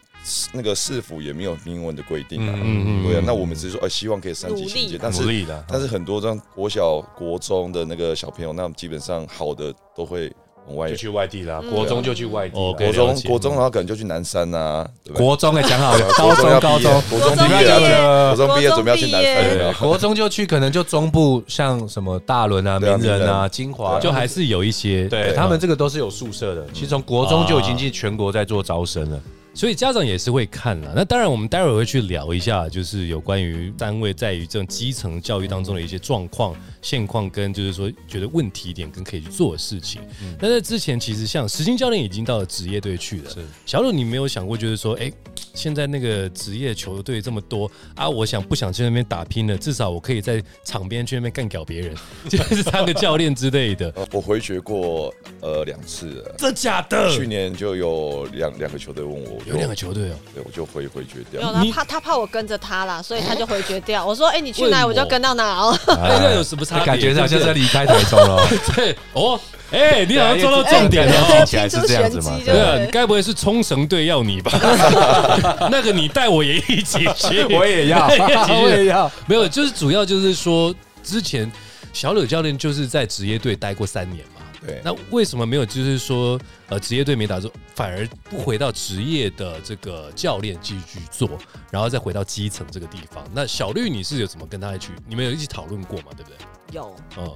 S4: 那个市府也没有明文的规定啊。
S1: 嗯
S4: 对啊，那我们只是说，呃，希望可以三级衔
S5: 努
S4: 接
S5: 力，
S4: 但
S2: 努
S4: 是
S2: 力的。
S4: 但是很多像国小、国中的那个小朋友，那基本上好的都会往外
S2: 就，去外地啦，
S5: 嗯
S2: 国中就去外地啦。
S1: 哦
S4: 国
S1: 了
S4: 中
S1: 解
S4: 国中然后可能就去南山啊，对吧？
S2: 国中哎，讲好了，
S4: 国
S2: 高中
S4: 要
S2: 高
S4: 毕业
S2: 中，
S4: 国中
S5: 高中
S4: 毕
S5: 毕
S4: 业
S5: 业
S4: 要去，
S2: 呃
S4: 国中毕业准备要去南
S5: 高
S4: 山啊
S5: 中毕
S4: 了
S2: 对，。国中就去，可能就中部像什么大轮啊、
S4: 对啊
S2: 名人
S4: 名
S2: 啊、
S4: 人
S2: 金华，
S1: 就还是有一些
S2: 对嗯他们这个都是有宿舍的。其实从国中就已经进全国在做招生了。
S1: 所以家长也是会看了。那当然，我们待会儿会去聊一下，就是有关于单位在于这种基层教育当中的一些状况、现况，跟就是说觉得问题点跟可以去做的事情。
S2: 嗯
S1: 那在之前，其实像石青教练已经到了职业队去了。
S2: 是
S1: 小鲁，你没有想过，就是说，哎、现在那个职业球队这么多啊，我想不想去那边打拼了？至少我可以在场边去那边干掉别人， <laughs> 就是当个教练之类的。
S4: 呃我回绝过呃两次了，
S1: 这假的？
S4: 去年就有两两个球队问我，
S1: 有两个球
S2: <laughs>
S1: 队哦、
S4: 对，我就回回绝
S5: 没
S4: 掉
S5: 有。
S1: 啦
S5: 他
S1: 你
S5: 怕他怕我跟着他啦，所以他就回绝掉。我说：“哎、你去
S1: 为什
S5: 哪
S1: 么
S5: 我就跟到哪哦。
S1: 哎那这有什么差别？
S2: 哎感觉好像
S1: 对不
S2: 在
S1: 对
S2: 离开台中了。 <laughs>
S1: <laughs> 对哦，哎、你
S2: 啊
S1: 好像做到重点了哦。
S5: 对
S2: 听起来是这样子嘛？
S5: 拼出玄机就
S1: 对
S2: 哎对，
S1: 啊，你该不会是冲绳队要你吧？ <laughs> 那个你带我也一起去，
S2: <laughs> 我也要， <laughs> 我也要。
S1: 没有，就是主要就是说，之前小柳教练就是在职业队待过三年嘛。
S4: 对，
S1: 那为什么没有就是说，呃，职业队没打中，反而不回到职业的这个教练继续做，然后再回到基层这个地方？那小绿你是有怎么跟他一起？你们有一起讨论过嘛？对不对？”
S5: <laughs> 有，
S1: 嗯，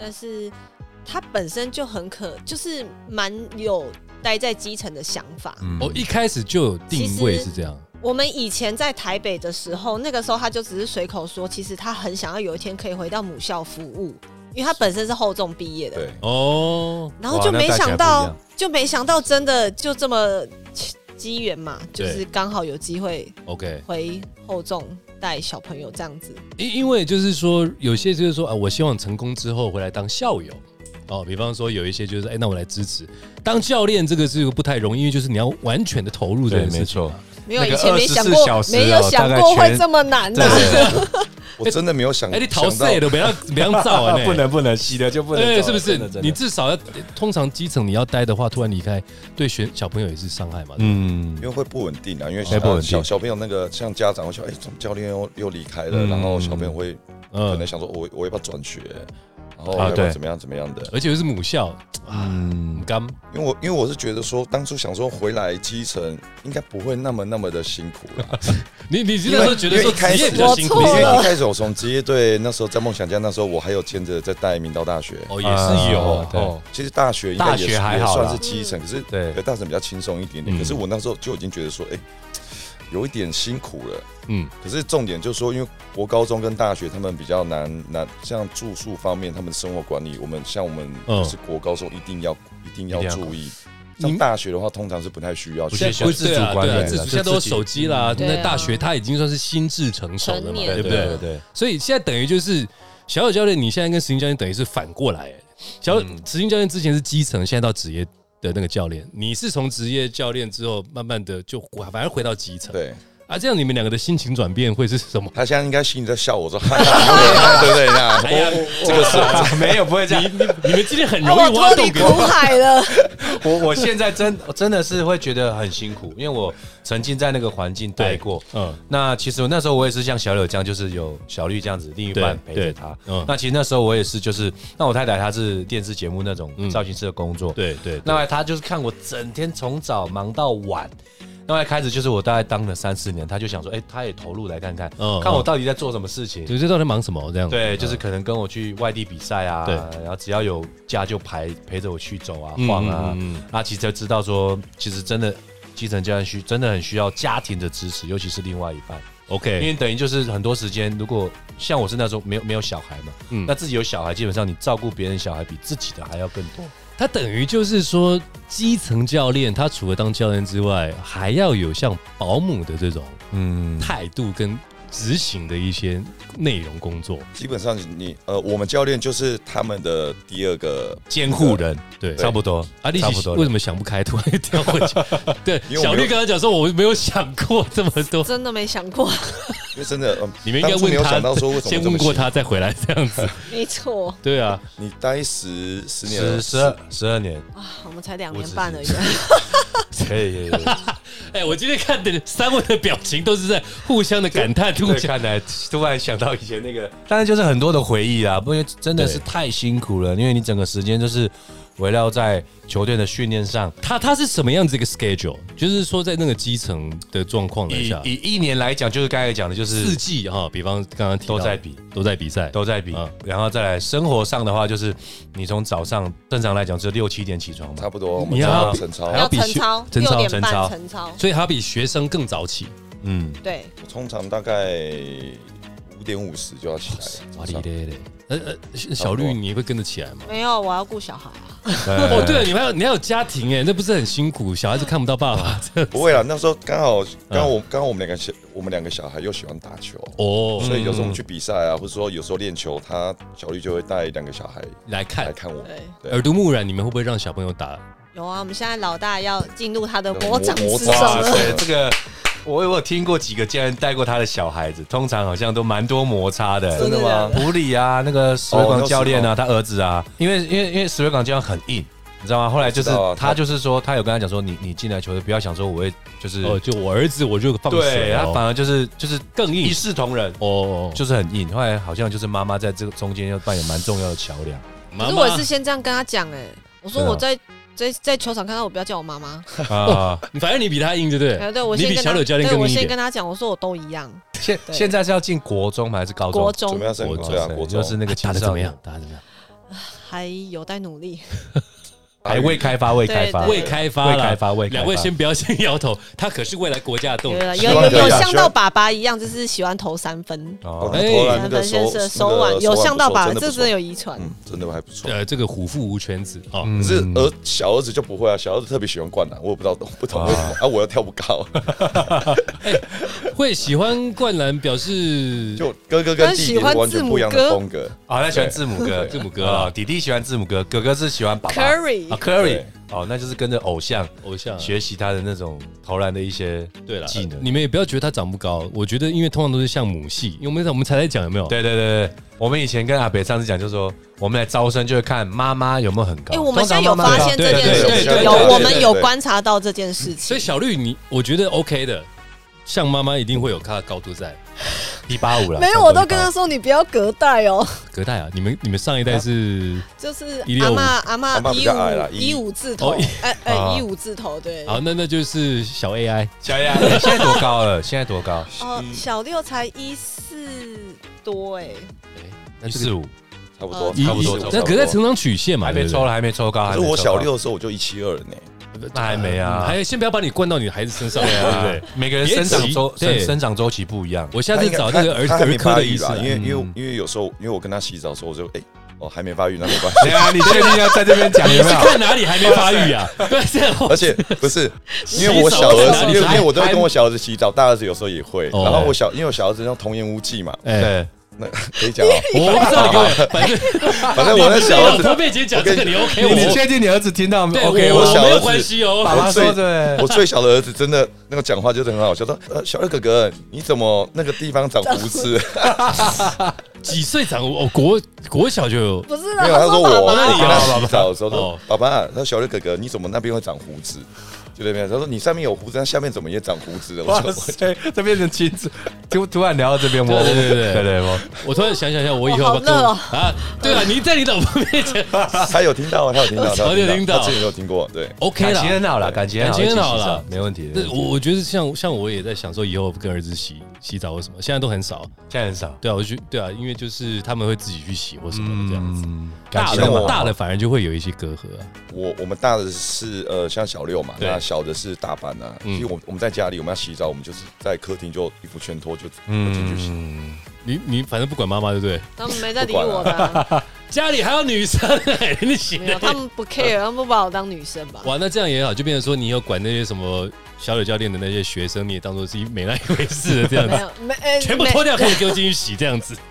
S5: 但是他本身就很可，就是蛮有待在基层的想法。
S1: 哦，一开始就有定位是这样，
S5: 我们以前在台北的时候，那个时候他就只是随口说，其实他很想要有一天可以回到母校服务，因为他本身是厚重毕业的。
S4: 对，
S1: 哦，
S5: 然后就没想
S2: 哇那大家不一
S5: 到
S2: 样，
S5: 就没想到真的就这么机机缘嘛，就
S1: 对
S5: 是刚好有机会
S1: OK，
S5: 回厚重带小朋友这样子。
S1: 因因为就是说，有些就是说啊，我希望成功之后回来当校友。哦，比方说有一些就是，哎、那我来支持。当教练这个是不太容易，因为就是你要完全的投入这
S2: 对，
S1: 件
S2: 没
S1: 事情。
S2: 错。
S5: 没有
S2: 那
S5: 以
S2: 个
S5: 前没想过
S2: 24小，时哦
S5: 没有想过会这么难
S2: <laughs>
S5: 的、
S2: 大概全
S4: 我真的没有想，
S1: 哎、你逃
S4: 想到
S1: 税了，不要不要造
S2: <laughs>
S1: 啊，
S2: 不能不能，洗的就哎不能走
S1: 对，
S2: 了。
S1: 是不是
S2: 真的？真的
S1: 你至少要，通常基层你要待的话，突然离开，对学小朋友也是伤害嘛。嗯，
S2: 嗯
S4: 因，为会不稳定啊，因为
S2: 会不稳
S4: 小
S2: 定
S4: 小小朋友那个像家长会说，哎，怎么教练又又离开了？
S2: 嗯
S4: 然后小朋友会可能
S1: 呃，
S4: 想说，我我要不要转学？然后
S2: 啊
S4: 要不
S2: 对
S4: 要怎么样怎么样的？
S1: 而且又是母校，
S2: 嗯
S1: 嗯，刚
S4: 因为我因为我是觉得说，当初想说回来基层应该不会那么那么的辛苦
S1: <laughs>
S4: 啦。
S1: 你你那时候觉得说
S4: 因为一开
S1: 职
S4: 始
S1: 业比较辛苦
S5: 我
S4: 因
S5: 错
S4: 为
S1: 是吧？
S4: 一开始我从职业队那时候在梦想家，那时候我还有兼着在带明道大学。
S1: 哦，也是有
S2: 啊对
S1: 哦，
S4: 其实大学应该
S2: 大
S4: 也
S2: 学
S4: 是也
S2: 还好啦
S4: 算是基层，可是
S2: 对
S4: 可大神比较轻松一点
S1: 嗯
S4: 点。可是我那时候就已经觉得说，哎、有一点辛苦了。
S1: 嗯，
S4: 可是重点就是说，因为国高中跟大学他们比较难难，像住宿方面，他们生活管理，我们像我们
S1: 嗯
S4: 就是国高中一定要一定要
S2: 一定要
S4: 注意。上大学的话，通常是不太需要去。
S2: 不需要
S1: 现在
S2: 自主
S1: 对啊
S2: 管理
S1: 对啊
S2: 了
S1: 自主
S2: 就
S1: 现在都有
S2: 自己嗯
S1: 手机啦。
S5: 对啊
S1: 那大学他已经算是心智成熟了
S5: 成
S1: 嘛，
S5: 年
S1: 对
S2: 对
S1: 不
S2: 对
S1: 对
S2: 对？对，
S1: 所以现在等于就是小小教练，你现在跟实境教练等于是反过来，
S2: 嗯
S1: 小实境教练之前是基层，现在到职业的那个教练，你是从职业教练之后，慢慢的就回反而回到基层，
S4: 对
S1: 啊，这样你们两个的心情转变会是什么？
S4: 他现在应该心里在笑我说，哈哈对不对？那
S2: 哦
S1: 哎呀，
S4: 这个是
S2: 啊 <laughs> 没有不会这样。
S1: 你们今天很容
S5: 啊，我 <laughs>
S1: 易挖
S5: 脱
S1: 洞
S5: 离
S1: 给
S5: 苦
S1: 我。
S5: 海了。
S2: 我我现在真我真的是会觉得很辛苦，因为我曾经在那个环境待过。
S1: 嗯，
S2: 那其实我那时候我也是像小柳这样，就是有小绿这样子，另一半
S1: 对
S2: 陪着他。
S1: 对嗯
S2: 那其实那时候我也是，就是那我太太她是电视节目那种
S1: 嗯
S2: 造型师的工作，
S1: 对对，
S2: 那她就是看我整天从早忙到晚。那后来开始就是我大概当了三四年，她就想说，哎、她也投入来看看，
S1: 嗯
S2: 看我
S1: 嗯
S2: 到底在做什么事情。
S1: 对，这到底忙什么？这样
S2: 对，就是可能跟我去外地比赛啊，
S1: 对
S2: 然后只要有假就排陪着我去走啊、
S1: 嗯
S2: 晃啊
S1: 嗯嗯嗯，
S2: 那其实就知道说，其实真的基层教练需真的很需要家庭的支持，尤其是另外一半，因
S1: OK，
S2: 为等于就是很多时间，如果像我是那时候没有没有小孩嘛，
S1: 嗯
S2: 那自己有小孩，基本上你照顾别人小孩比自己的还要更多，
S1: 他等于就是说，基层教练他除了当教练之外，还要有像保姆的这种
S2: 嗯，
S1: 态度跟执行的一些内容工作。
S4: 基本上你呃，我们教练就是他们的第二个
S2: 监护人
S1: 对，
S2: 差不多，
S1: 啊，丽
S2: 差不
S1: 喜
S2: 多
S1: 为什么想不开，突然跳过
S4: <laughs>
S1: 去？对，
S4: 因为我
S1: 小
S4: 没有
S1: 绿刚刚讲说，我没有想过这么
S4: <laughs>
S1: 多。
S5: 真的没想过，
S4: 因为真的，呃
S1: 你们应该
S4: 当初
S1: 问
S4: 没有
S1: 他
S4: 想到说为，什么
S1: 先
S4: 这
S1: 问
S4: 么
S1: 过
S4: 辛苦。
S1: 他再回来这样子。
S5: 没错
S1: 对啊，
S4: 你待十十年
S2: 十
S4: 了，
S2: 十二哦十二年，
S5: 啊，我们才两
S2: 我
S5: 年
S2: 只
S5: 半
S2: 是
S5: 而已。
S2: 可以， <laughs> 可以可以
S1: 哎，我今天看的三位的表情都是在互相的感叹，互
S2: 对，
S1: 相
S2: 看来突然想到以前那个，当然就是很多的回忆啦，不因为真的是
S1: 对
S2: 太辛苦了，因为你整个时间就是围绕在球队的训练上。
S1: 他他是什么样子一个 schedule？就是说，在那个基层的状况来
S2: 以
S1: 下，
S2: 以一年来讲，就是刚才讲的，就
S1: 四
S2: 是
S1: 季哈，比方刚刚提到
S2: 都在比，
S1: 都在比赛，
S2: 都在比
S1: 嗯，
S2: 然后再来生活上的话，就是你从早上正常来讲是六七点起床嘛
S4: 差，不多我
S1: 你
S4: 们
S1: 要
S4: 要陈超
S2: 哎
S1: 还，要比
S5: 晨
S1: 学
S5: 操，
S2: 晨操
S5: 六点
S2: 晨
S5: 半
S2: 操
S5: 晨操，
S1: 所以他比学生更早起。
S2: 嗯，
S5: 对，
S4: 通常大概五点五十就要起来了。
S1: 哇哩
S4: 早上
S1: 嘞嘞！呃呃，小
S4: 差
S1: 绿
S4: 不多
S1: 你会跟着起来吗？
S5: 没有，我要顾小孩啊。
S1: 哦，
S2: 哦
S1: 对了，你还有你还有家庭哎，那不是很辛苦？小孩子看不到爸爸，这
S4: 不会啦，那时候刚好刚好我刚好我们两个小我们两个小孩又喜欢打球，
S1: <laughs> 哦，
S4: 所以有时候我们去比赛啊，或者说有时候练球，他小绿就会带两个小孩
S1: 来看
S4: 来看我。
S5: 对，
S4: 对
S1: 耳濡目染，你们会不会让小朋友打？
S5: 有啊，我们现在老大要进入他的魔掌
S4: 魔
S5: 之
S4: 魔
S5: 中
S4: 掌
S2: 哇
S5: 了。
S2: 塞，这个我我有听过几个家人带过他的小孩子，通常好像都蛮多摩擦的，
S5: 真的吗
S2: 普里啊，那个石伟
S4: 哦那
S2: 广
S4: 时候
S2: 教练啊，他儿子啊，因为因为因为石伟广教练很硬，你知道吗？后来就是
S4: 我知道啊
S2: 他
S4: 他
S2: 就是说，他有跟他讲说，你你进来球队不要想说我会就是
S1: 哦，就我儿子我就放水
S2: 对，他
S1: 哦，
S2: 反而就是就是
S1: 更硬
S2: 一视同仁，
S1: 哦，就
S2: 就是很硬。后来好像就是妈妈在这个中间要扮演蛮重要的桥梁。
S1: 妈
S5: 可
S1: 妈
S5: 是我是先这样跟他讲，哎，我说
S2: 真的
S5: 我
S2: 哦
S5: 在在在球场看到我不要叫我妈妈。
S2: 啊，
S1: 反正你比他硬，对不
S5: 哎，
S1: 对？
S5: 对我
S1: 你
S5: 先
S1: 比
S5: 跟
S1: 小
S5: 他，
S1: 柳教练
S5: 对
S1: 更
S5: 我
S1: 硬一
S5: 先跟
S1: 点。
S5: 他讲，我说我都一样。
S2: 现
S5: 对
S2: 现在是要进国中吗？还是高中？
S5: 国
S4: 准
S5: 中
S4: 备要升
S1: 国中
S4: 对啊，国中
S2: 哦就是那个
S1: 打
S2: 青
S1: 的怎
S2: 少
S1: 么
S2: 年
S1: 样？，打的怎么样？
S5: 还有待努力，
S2: 还未开发，未开发，
S5: 对
S1: 未开发
S2: 未
S1: 啦
S2: 开发，未开发。
S1: 两位先不要先摇头，他可是未来国家的
S5: 有
S1: 栋
S5: 有
S1: 梁。
S4: 希望
S5: 有
S4: 可
S5: 有
S4: 以啊
S5: 像
S4: 希
S5: 到
S4: 望
S5: 爸爸一样，就是喜欢投三分。
S4: 哦
S2: 哦，
S4: 那投篮
S5: 三分
S4: 那个
S5: 哎
S4: 手
S5: 先
S4: 那
S5: 是
S4: 个
S5: 手腕有
S4: 手
S5: 像到
S4: 不错
S5: 爸爸，
S4: 真的
S5: 这
S4: 不
S5: 真的
S4: 错
S5: 有遗传。
S4: 嗯，真的还不错。
S1: 呃，这个虎父无犬子哦， <laughs>
S4: 可是儿小儿子就不会啊，小儿子特别喜欢灌篮，我也不知道懂不懂为什么啊，我又跳不高，
S1: 会喜欢灌篮，表示
S4: 就哥哥跟弟弟完全不一样的风格。
S2: 哦，他喜欢字母哥，
S1: 字母哥啊
S2: 啊，弟弟喜欢字母哥，哥哥是喜欢爸爸
S5: Curry
S2: 啊，Curry
S4: 对
S2: 哦，那就是跟着偶像
S1: 偶像啊
S2: 学习呃他的那种投篮的一些
S1: 对了，
S2: 技能。
S1: 你们也不要觉得他长不高，我觉得因为通常都是像母系，因为我们我们才在讲有没有？
S2: 对对对对，我们以前跟阿北上次讲，就是说我们来招生就会看妈妈有没有很高。
S5: 哎，我们现在有
S2: 啊通常妈妈很高
S5: 发现这件
S1: 对对
S5: 事
S1: 对对
S5: 情，有
S1: 对对
S5: 我们有
S4: 对
S5: 观察到这件事情
S1: 所以。小绿你，我觉得 OK 的，像妈妈一定会有她的高度在。
S2: 一八五了，
S5: 没有，我都跟他说你不要隔代哦，
S1: 隔代啊，你们你们上一代是，
S5: 就是
S1: 165
S5: 阿妈阿
S4: 阿
S5: 妈
S4: 嬷比
S5: 一
S4: 较矮啦
S5: 五一五字头
S1: 哦一，
S5: 哎哎
S2: 啊
S5: 一五字头对。
S1: 好，那那就是小 AI
S2: 小雅，你现在多高了？现在多高？
S5: 哦，小六才一四多哎，
S1: 那
S2: 一
S1: 这
S2: 四
S1: 个
S2: 五，
S4: 差不多，
S5: 一
S4: 差不多
S1: 哦一。
S4: 差不多
S1: 那隔代成长曲线嘛，
S2: 还没抽
S1: 来，
S2: 了，还没抽高。
S4: 可
S2: 还
S4: 是
S2: 没抽
S4: 我
S2: 高
S4: 小六，的时候我就一七二了呢，
S2: 那还没啊
S1: 嗯还先不要把你灌到你孩子身上，对不
S2: 对
S1: 对
S2: 啊？，每个人生长周
S1: 别急对
S2: 生生长周期不一样。
S1: 我下次找那个儿
S4: 他还
S1: 儿
S4: 没
S1: 科
S4: 发
S1: 的啊
S4: 育
S1: 医师
S4: 啦，因
S1: 来，
S4: 为因为
S2: 嗯
S4: 因为有时候因为我跟他洗澡的时候，我就哎哦，还没发育那没
S1: <laughs>
S4: 关系。
S2: 对啊，你确定要在这边 <laughs> 讲
S1: 嗯
S2: 有
S1: 你
S2: 没
S1: 是
S2: 有？
S1: 看哪里还没发育啊？对，这样
S4: 而且不是，因为我小儿
S1: 洗手
S4: 子，因为因为我都会
S1: 还
S4: 跟我小儿子洗澡，大儿子有时候也会。
S1: 哦
S4: 然后我小，因为我小儿子用童颜无忌嘛，
S1: 哎，
S2: 对，
S4: 那可以讲 <laughs> 哦。
S1: 我不知道你跟我，反正
S4: 反正哎我的小儿
S1: 你
S4: 子
S1: 不要，驼背姐讲这个你 OK，
S2: 你你
S1: 我
S2: 确定你儿子听到
S1: 对
S2: 吗
S1: 我
S2: ？OK，
S1: 我
S4: 我
S2: 我
S4: 小
S1: 没
S4: 儿
S1: 有
S4: 子
S1: 关系
S2: 爸
S1: 哦。
S2: 爸
S4: 我最
S2: 说的，
S4: 我最小的儿子真的那个讲话就是很好笑，说呃小二哥哥，你怎么那个地方长胡子？
S1: 几岁长？我国国小就有
S5: 不是啦，
S4: <laughs> 没有，他说
S5: 爸啊爸
S4: 我
S1: 那你
S4: 跟他
S1: 爸爸
S4: 洗澡的时
S1: 哦
S4: 候说爸爸，他说小二哥哥，你怎么那边会长胡子？就那边他说你上面有胡子，那下面怎么也长胡 <laughs> 子了？我
S2: 哇
S4: 说
S2: 塞，这变成亲子，突突然聊到这边，我
S1: 对对对对
S2: 对对，我
S1: 我突然想想一下，我以后
S5: 我好
S1: 要不要跟我
S5: 热哦
S1: 啊？对啊，你在你老婆面前
S4: 他有听到，他有听到，
S1: 我有听到
S4: 他之前有听过，对。
S1: OK
S2: 感
S1: 啦，<laughs>
S2: 情很好了，感情
S1: 感情很好
S2: 了
S1: 了，。
S2: 没问题。
S1: 那我我觉得像像我也在想说，以后跟儿子洗洗澡或什么，现在都很少。
S2: 现在很少，
S1: 对啊，我就对啊，因为就是他们会自己去洗或什么的这样子。
S2: 嗯，感
S1: 大
S2: 情
S4: 很
S1: 的
S4: 好
S1: 大的反而就会有一些隔阂啊。
S4: 我我们大的是呃，像小六嘛，
S1: 对
S4: 那小的是大班啊。
S1: 嗯
S4: 其实我我们在家里，我们要洗澡，我们就是在客厅就衣服全脱就就进去洗。
S2: 嗯，
S1: 你你反正不管妈妈对不对？
S5: 他们没在理我的啊，
S1: 家里还有女生、欸，你洗
S5: <laughs> 没有，他们不 care，他们不把我当女生吧？
S1: 哇，那这样也好，就变成说你有管那些什么小柳教练的那些学生，你也当做是一没那一回事
S5: <laughs>
S1: 的这样
S5: 没
S1: 子，
S5: 有，没，哎
S1: 全部脱掉可以给我进去洗这样子。 <laughs>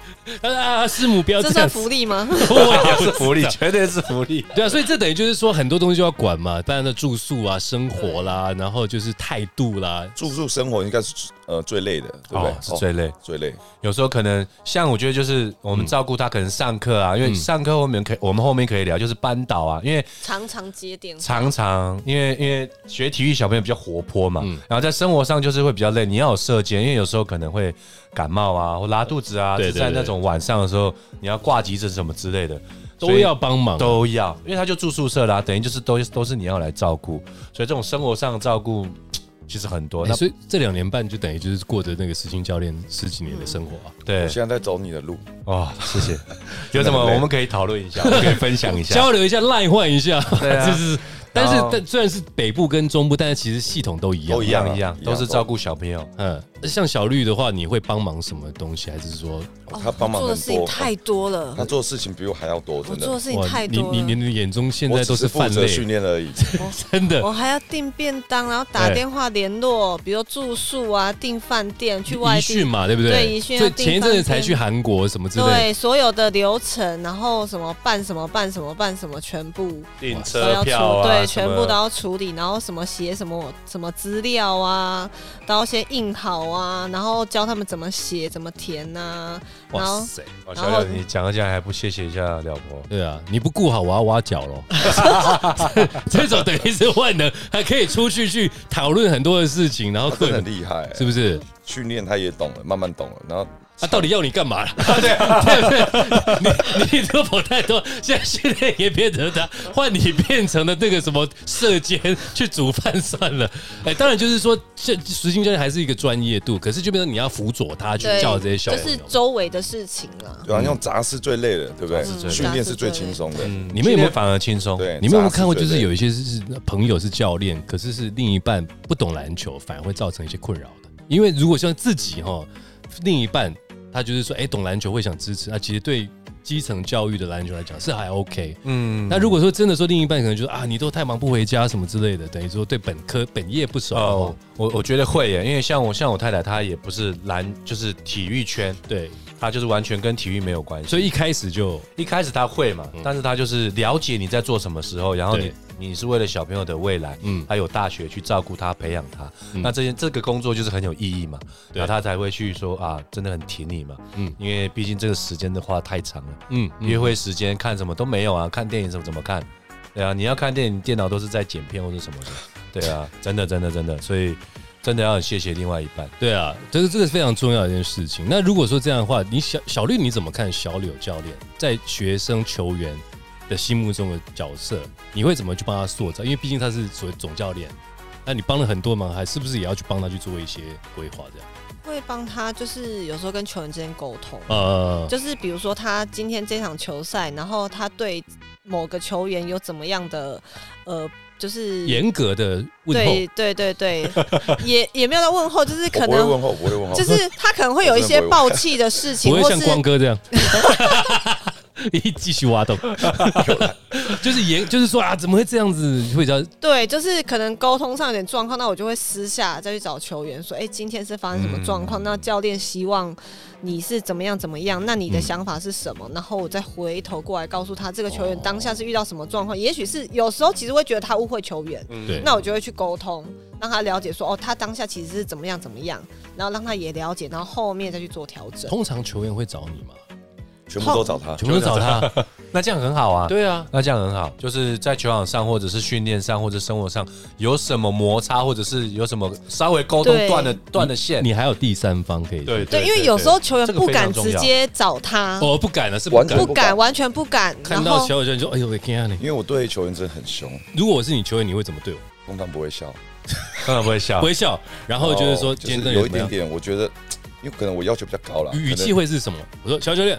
S1: 他说啊，师母不要
S5: 没这
S1: 这
S5: 算
S1: 样子，
S5: 福利吗？
S1: 我也不
S2: 是福利
S1: 知，道
S2: 绝对是福利。
S1: <laughs> 对啊，所以这等于就是说很多东西就要管嘛，当然的住宿啊、生活啦，然后就是态度啦，
S4: 住宿生活应该是呃最累的，对不对
S2: 哦，？是最累。
S4: 最累。
S2: 有时候可能像我觉得就是我们照顾他，可能上课啊，因为上课后面可以，我们后面可以聊，就是班导啊，因为
S5: <laughs> 常常接电话，
S2: 常常因为因为学体育小朋友比较活泼嘛，
S1: 嗯
S2: 然后在生活上就是会比较累，你要有射箭，因为有时候可能会感冒啊或拉肚子啊，
S1: 对
S2: 是
S1: 对
S2: 在那种晚上的时候你要挂急诊什么之类的，所
S1: 都
S2: 以
S1: 要帮忙。
S2: 都要，因为他就住宿舍啦、等于就是都都是你要来照顾，所以这种生活上的照顾嘖其实很多。
S1: 欸
S2: 那
S1: 所以这两年半就等于就是过着那个实心教练十几年的生活啊。
S2: 对
S4: 我现在在走你的路，
S2: 哦，谢
S5: <laughs>
S2: 谢。有什么我们可以讨论一下，我们可以分享一下。
S1: 交流一下，赖换一下，
S2: 对
S1: <laughs>
S2: 啊
S1: 就是。但是
S2: 然后，
S1: 但虽然是北部跟中部，但是其实系统都一样
S4: 都。
S2: 一样一
S4: 一样
S2: 样，都是照顾小朋友。
S1: 嗯，像小绿的话，你会帮忙什么东西？还是说，
S5: 哦
S4: 他帮忙
S5: 做的
S4: 很
S5: 事情
S4: 多，哦
S5: 太多了
S4: 他，做的事情比我还要多，
S5: 我
S4: 真
S5: 做的
S4: 的。
S5: 事情太
S1: 你
S5: 多
S1: 你你
S5: 了。
S1: 的眼中现
S4: 我
S1: 在
S4: 只
S1: 都
S4: 是
S1: 犯
S4: 负责
S1: 累，
S4: 训练而已。
S1: 真
S5: <laughs>
S1: 的
S5: 我还要订便当，然后打
S1: 对
S5: 电话联络，比如住宿啊、订饭店、去外
S1: 遗
S5: 地
S1: 训嘛，对不对？
S5: 对遗训要啊
S1: 所以
S5: 订
S1: 前一阵子
S5: 饭
S1: 才
S5: 店
S1: 去韩国什么之类
S5: 对所有的流程，然后什么办什么办什么办什么，全部
S2: 订
S5: 都要处，
S1: 啊
S5: 啊对，全部都要处理，然后什么写什么什么资料啊，都要先印好啊，然后教他们怎么写、怎么填呐、啊，然后
S1: 塞！
S2: 哦
S5: 然
S2: 小
S5: 后
S2: 柳，你讲到这样还不谢谢一下廖婆？
S1: 对啊，你不顾好，我要挖脚
S5: <laughs>
S1: 喽。这种等于是万能，还可以出去去讨论很多的事情，然后
S4: 他啊真
S1: 各
S4: 的很厉害，
S1: 哦是不是？
S4: 训练他也懂了，慢慢懂了，然后
S1: 他啊到底要你干嘛了？啊对对，你你都跑太多，现在训练也变成他，换你变成了那个什么射箭去煮饭算了。哎，当然就是说，这实心教练还是一个专业度，可是就变成你要辅佐他去
S5: 对，
S1: 教这些小
S5: 就
S1: 朋友。
S5: 是周围的事情啦。
S4: 对啊，用杂事最累了，对不
S2: 杂事最
S4: 对？
S2: 累
S4: 训练是最轻松的。
S2: 嗯
S1: 你们有没有
S2: 训练反而轻松？
S4: 对，
S1: 你们有没有
S4: 杂事
S1: 看过，就
S4: 最
S1: 是
S4: 累
S1: 有一些是呃朋友是教练，可是是另一半不懂篮球，反而会造成一些困扰的。因为如果像自己哈，另一半他就是说，哎、懂篮球会想支持，那其实对基层教育的篮球来讲是还 OK。
S2: 嗯，
S1: 那如果说真的说另一半可能就是啊，你都太忙不回家什么之类的，等于说对本科本业不熟的话
S2: 哦，我我觉得会耶，因为像我像我太太，她也不是篮，就是体育圈，
S1: 对，
S2: 她就是完全跟体育没有关系。
S1: 所以一开始就
S2: 一开始她会嘛，但是她就是了解你在做什么时候，然后你
S1: 对
S2: 你是为了小朋友的未来，
S1: 嗯
S2: 嗯，她有大学去照顾他、培养他，
S1: 嗯
S2: 那这件这个工作就是很有意义嘛，
S1: 对
S2: 然后她才会去说啊，真的很挺你嘛，
S1: 嗯
S2: 嗯，因为毕竟这个时间的话太长了，
S1: 嗯，嗯
S2: 约会时间看什么都没有啊，看电影什么怎么看？对啊，你要看电影，电脑都是在剪片或者什么的。对啊，真的真的真的，所以真的要很谢谢另外一半。
S1: 对啊，这是这个非常重要的一件事情。那如果说这样的话，你小小绿你怎么看小柳教练在学生球员的心目中的角色？你会怎么去帮他塑造？因为毕竟他是所谓总教练，那你帮了很多忙，还是不是也要去帮他去做一些规划？这样，
S5: 会帮他，就是有时候跟球员之间沟通，
S1: 呃，
S5: 就是比如说他今天这场球赛，然后他对某个球员有怎么样的呃，就是
S1: 严格的问候，
S5: 对对对对，
S4: <laughs>
S5: 也也没有到问候，就是
S4: 我
S5: 可
S4: 不会
S5: 能
S4: 问候，我不会问候， <laughs>
S5: 就是他可能会有一些爆气的事情，
S1: 不会
S5: 或
S1: 像
S5: 是
S1: 光哥这样。你继续挖 <laughs> 洞，就是严，就是说啊，怎么会这样子？会比较
S5: 对，就是可能沟通上有点状况，那我就会私下再去找球员说，哎、今天是发生什么状
S4: 嗯
S5: 况？那教练希望你是怎么样怎么样？那你的想法是什么？
S4: 嗯
S5: 然后我再回头过来告诉他，这个球员当下是遇到什么状
S4: 哦
S5: 况？也许是有时候其实会觉得他误会球员，
S4: 嗯
S1: 对。
S5: 那我就会去沟通，让他了解说，哦，他当下其实是怎么样怎么样，然后让他也了解，然后后面再去做调整。
S1: 通常球员会找你吗？
S4: 全部都找他。
S1: 全部都找他？ <laughs>
S2: 那这样很好啊。
S1: 对啊，
S2: 那这样很好，就是在球场上，或者是训练上，或者生活上有什么摩擦，或者是有什么稍微沟通
S5: 对
S2: 断了断了线，
S1: 你还有第三方可以。
S2: 对
S5: 对，因为有时候球员
S2: 这个
S5: 不
S2: 非常
S5: 敢
S2: 重
S5: 直
S2: 要
S5: 接找他，
S1: 我不敢了，哦啊是不
S4: 完
S1: 敢
S4: 全。
S5: 不
S4: 不敢
S5: 敢，完全不敢。然
S1: 看到
S5: 后
S1: 球员就哎呦，我天啊你！
S4: 因为我对球员真的很凶，
S1: 如果我是你球员，你会怎么对我？
S4: 通常不会笑，
S2: 当然不会笑。
S1: 微笑，然后就是说
S4: 啊哦
S1: 今天
S4: 就
S1: 真的
S4: 是有一
S1: 怎么
S4: 点
S1: 样
S4: 点，我觉得，因为可能我要求比较高了，
S1: 语语
S4: 可能
S1: 气会是什么？我说小教练，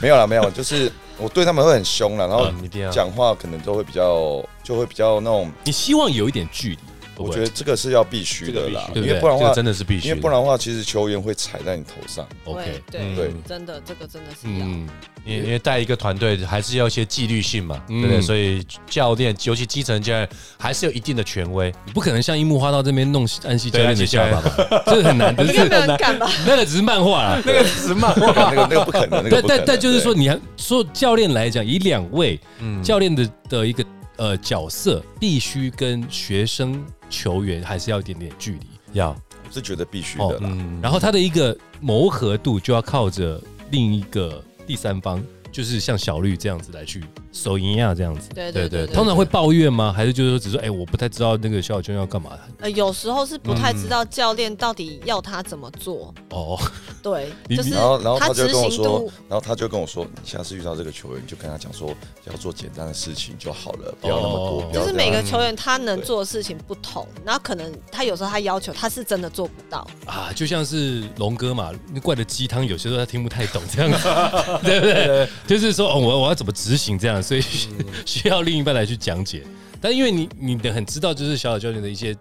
S4: 没有啦，没有，就是我对他们会很凶了，然后
S2: 嗯一定要
S4: 哦讲话可能都会比较，就会比较那种，
S1: 你希望有一点距离，会不
S4: 我
S1: 会
S4: 觉得这个是要必须的啦，
S1: 这个必须
S4: 因为不然
S2: 这
S4: 的
S2: 个
S4: 话，
S2: 真的是必须
S4: 因
S2: 的，
S4: 为不然的话，其实球员会踩在你头上，
S1: OK，
S5: 对对
S4: 对，
S5: 真的这个真的是要。
S1: 嗯，
S2: 因为因为带一个团队还是要一些纪律性嘛，
S1: 嗯
S2: 对不对？所以教练，尤其基层教练，还是有一定的权威。
S1: 你不可能像樱木花道这边弄安西教练的下巴
S4: 啊
S1: 吧？这个很难，这
S5: 应该
S1: 是
S5: 没有人敢吧？
S1: <laughs> 那个只是漫画啦。
S2: 那个是漫
S4: <laughs> 那个那个不可能，那个
S1: 但
S4: 不可
S1: 但
S4: 能
S1: 但就是说，
S4: 对
S1: 你还说教练来讲，以两位
S4: 嗯
S1: 教练的的一个呃角色，必须跟学生球员还是要一点点距离。
S2: 要，
S4: 我是觉得必须
S1: 哦
S4: 的啦，
S2: 嗯，
S1: 然后他的一个磨合度就要靠着另一个第三方，就是像小绿这样子来去手赢呀这样子。
S5: 对
S2: 对
S5: 对
S2: 对
S1: 通常会抱怨吗？还是就是说只是说，哎，我不太知道那个小小圈要干嘛？
S5: 呃，有时候是不太知道教练到底要他怎么做，
S1: 哦，
S5: 对，
S1: 你
S5: 就是
S4: 然后然后
S5: 他
S4: 他就
S5: 执
S4: 跟我
S5: 行
S4: 说
S5: 度，
S4: 然后他就跟我说，你下次遇到这个球员，你就跟他讲说，要做简单的事情就好了，嗯不要那么多
S1: 哦，
S4: 不
S5: 就
S4: 要
S5: 是
S4: 这
S5: 每
S4: 样
S5: 个球员他能做的事情不同，然后可能他有时候他要求他是真的做不到，
S1: <laughs> 啊，就像是龙哥嘛，那怪的鸡汤有些时候他听不太懂，这样子， <laughs> 对不对？就是说，哦，我我要怎么执行这样，所以 <laughs> 需要另一半来去讲解。但因为你你的很知道，就是小小教练的一些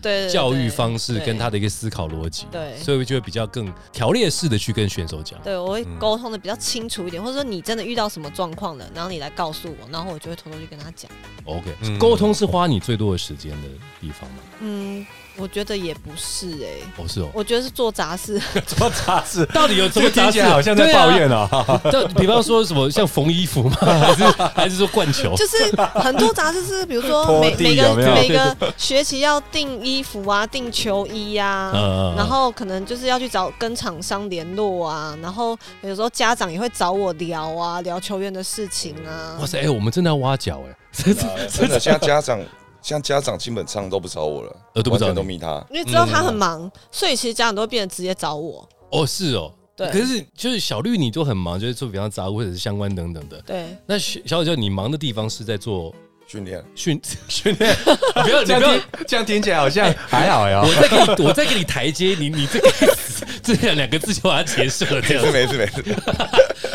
S5: 对对对
S1: 教育方式
S5: 对
S1: 跟他的一个思考逻辑，
S5: 对
S1: 所以就会比较更条列式的去跟选手讲。
S5: 对我会沟通的比较清楚一点，或者说你真的遇到什么状况了，然后你来告诉我，然后我就会偷偷去跟他讲。
S1: OK，
S2: 嗯
S1: 沟通是花你最多的时间的地方吗？
S5: 嗯，我觉得也不是哎、
S1: 哦，是哦。
S5: 我觉得是做杂事，
S2: 怎么杂志？
S1: 到底有什 <laughs> 么杂
S2: 听起
S1: 志？
S2: 来好像在抱怨哦。
S1: 对啊。就 <laughs> 比方说什么像缝衣服吗？还是还是说灌球？
S5: <laughs> 就是很多杂志是，比如说
S2: 哦 <laughs> 拖
S5: 每
S2: 地
S5: 每个
S2: 有没有
S5: 每个学期要订衣服啊，订球衣呀、
S1: 嗯嗯嗯
S5: 然后可能就是要去找跟厂商联络啊，然后有时候家长也会找我聊啊，聊球员的事情啊。
S1: 哇塞，哎，我们真的要挖角哎，真的
S4: 真的，现在家长，现在家长基本上都不找我了，
S1: 呃都不找你
S4: 完全都密他。
S5: 因为知道他
S2: 嗯
S5: 很忙，所以其实家长都会变得直接找我。
S1: 哦，是哦。
S5: 对
S1: 可是就是小绿你就很忙，就是做比方杂物或者是相关等等的。
S5: 对，
S1: 那小小教你忙的地方是在做
S4: 训练，
S1: 训， <laughs>
S2: 训练，
S1: 不要你
S2: 这
S1: 不
S2: 样
S1: 要，
S2: 听哎这样听起来好像还好呀
S1: 我。再给你我再给你台阶，你你这个这两两个字就把它结束了，这样
S4: <laughs> 没事没事没事，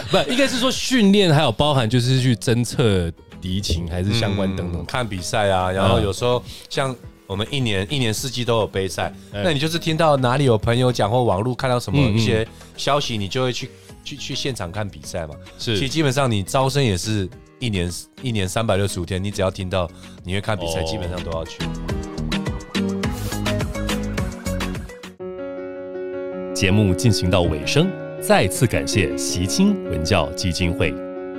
S1: 不应该是说训练还有包含就是去侦测敌情还是相关等等
S2: 嗯。看比赛啊，然后有时候像我们一年一年四季都有杯赛，那你就是听到哪里有朋友讲或网络看到什么
S1: 哎嗯嗯
S2: 一些消息，你就会去去去现场看比赛嘛。
S1: 是
S2: 其实基本上你招生也是一年一年三百六十五天，你只要听到你会看比赛，
S1: 哦
S2: 基本上都要去。
S3: 节目进行到尾声，再次感谢习清文教基金会。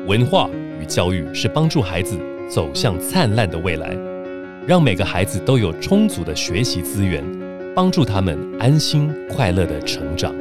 S3: 文化与教育是帮助孩子走向灿烂的未来，让每个孩子都有充足的学习资源，帮助他们安心快乐的成长。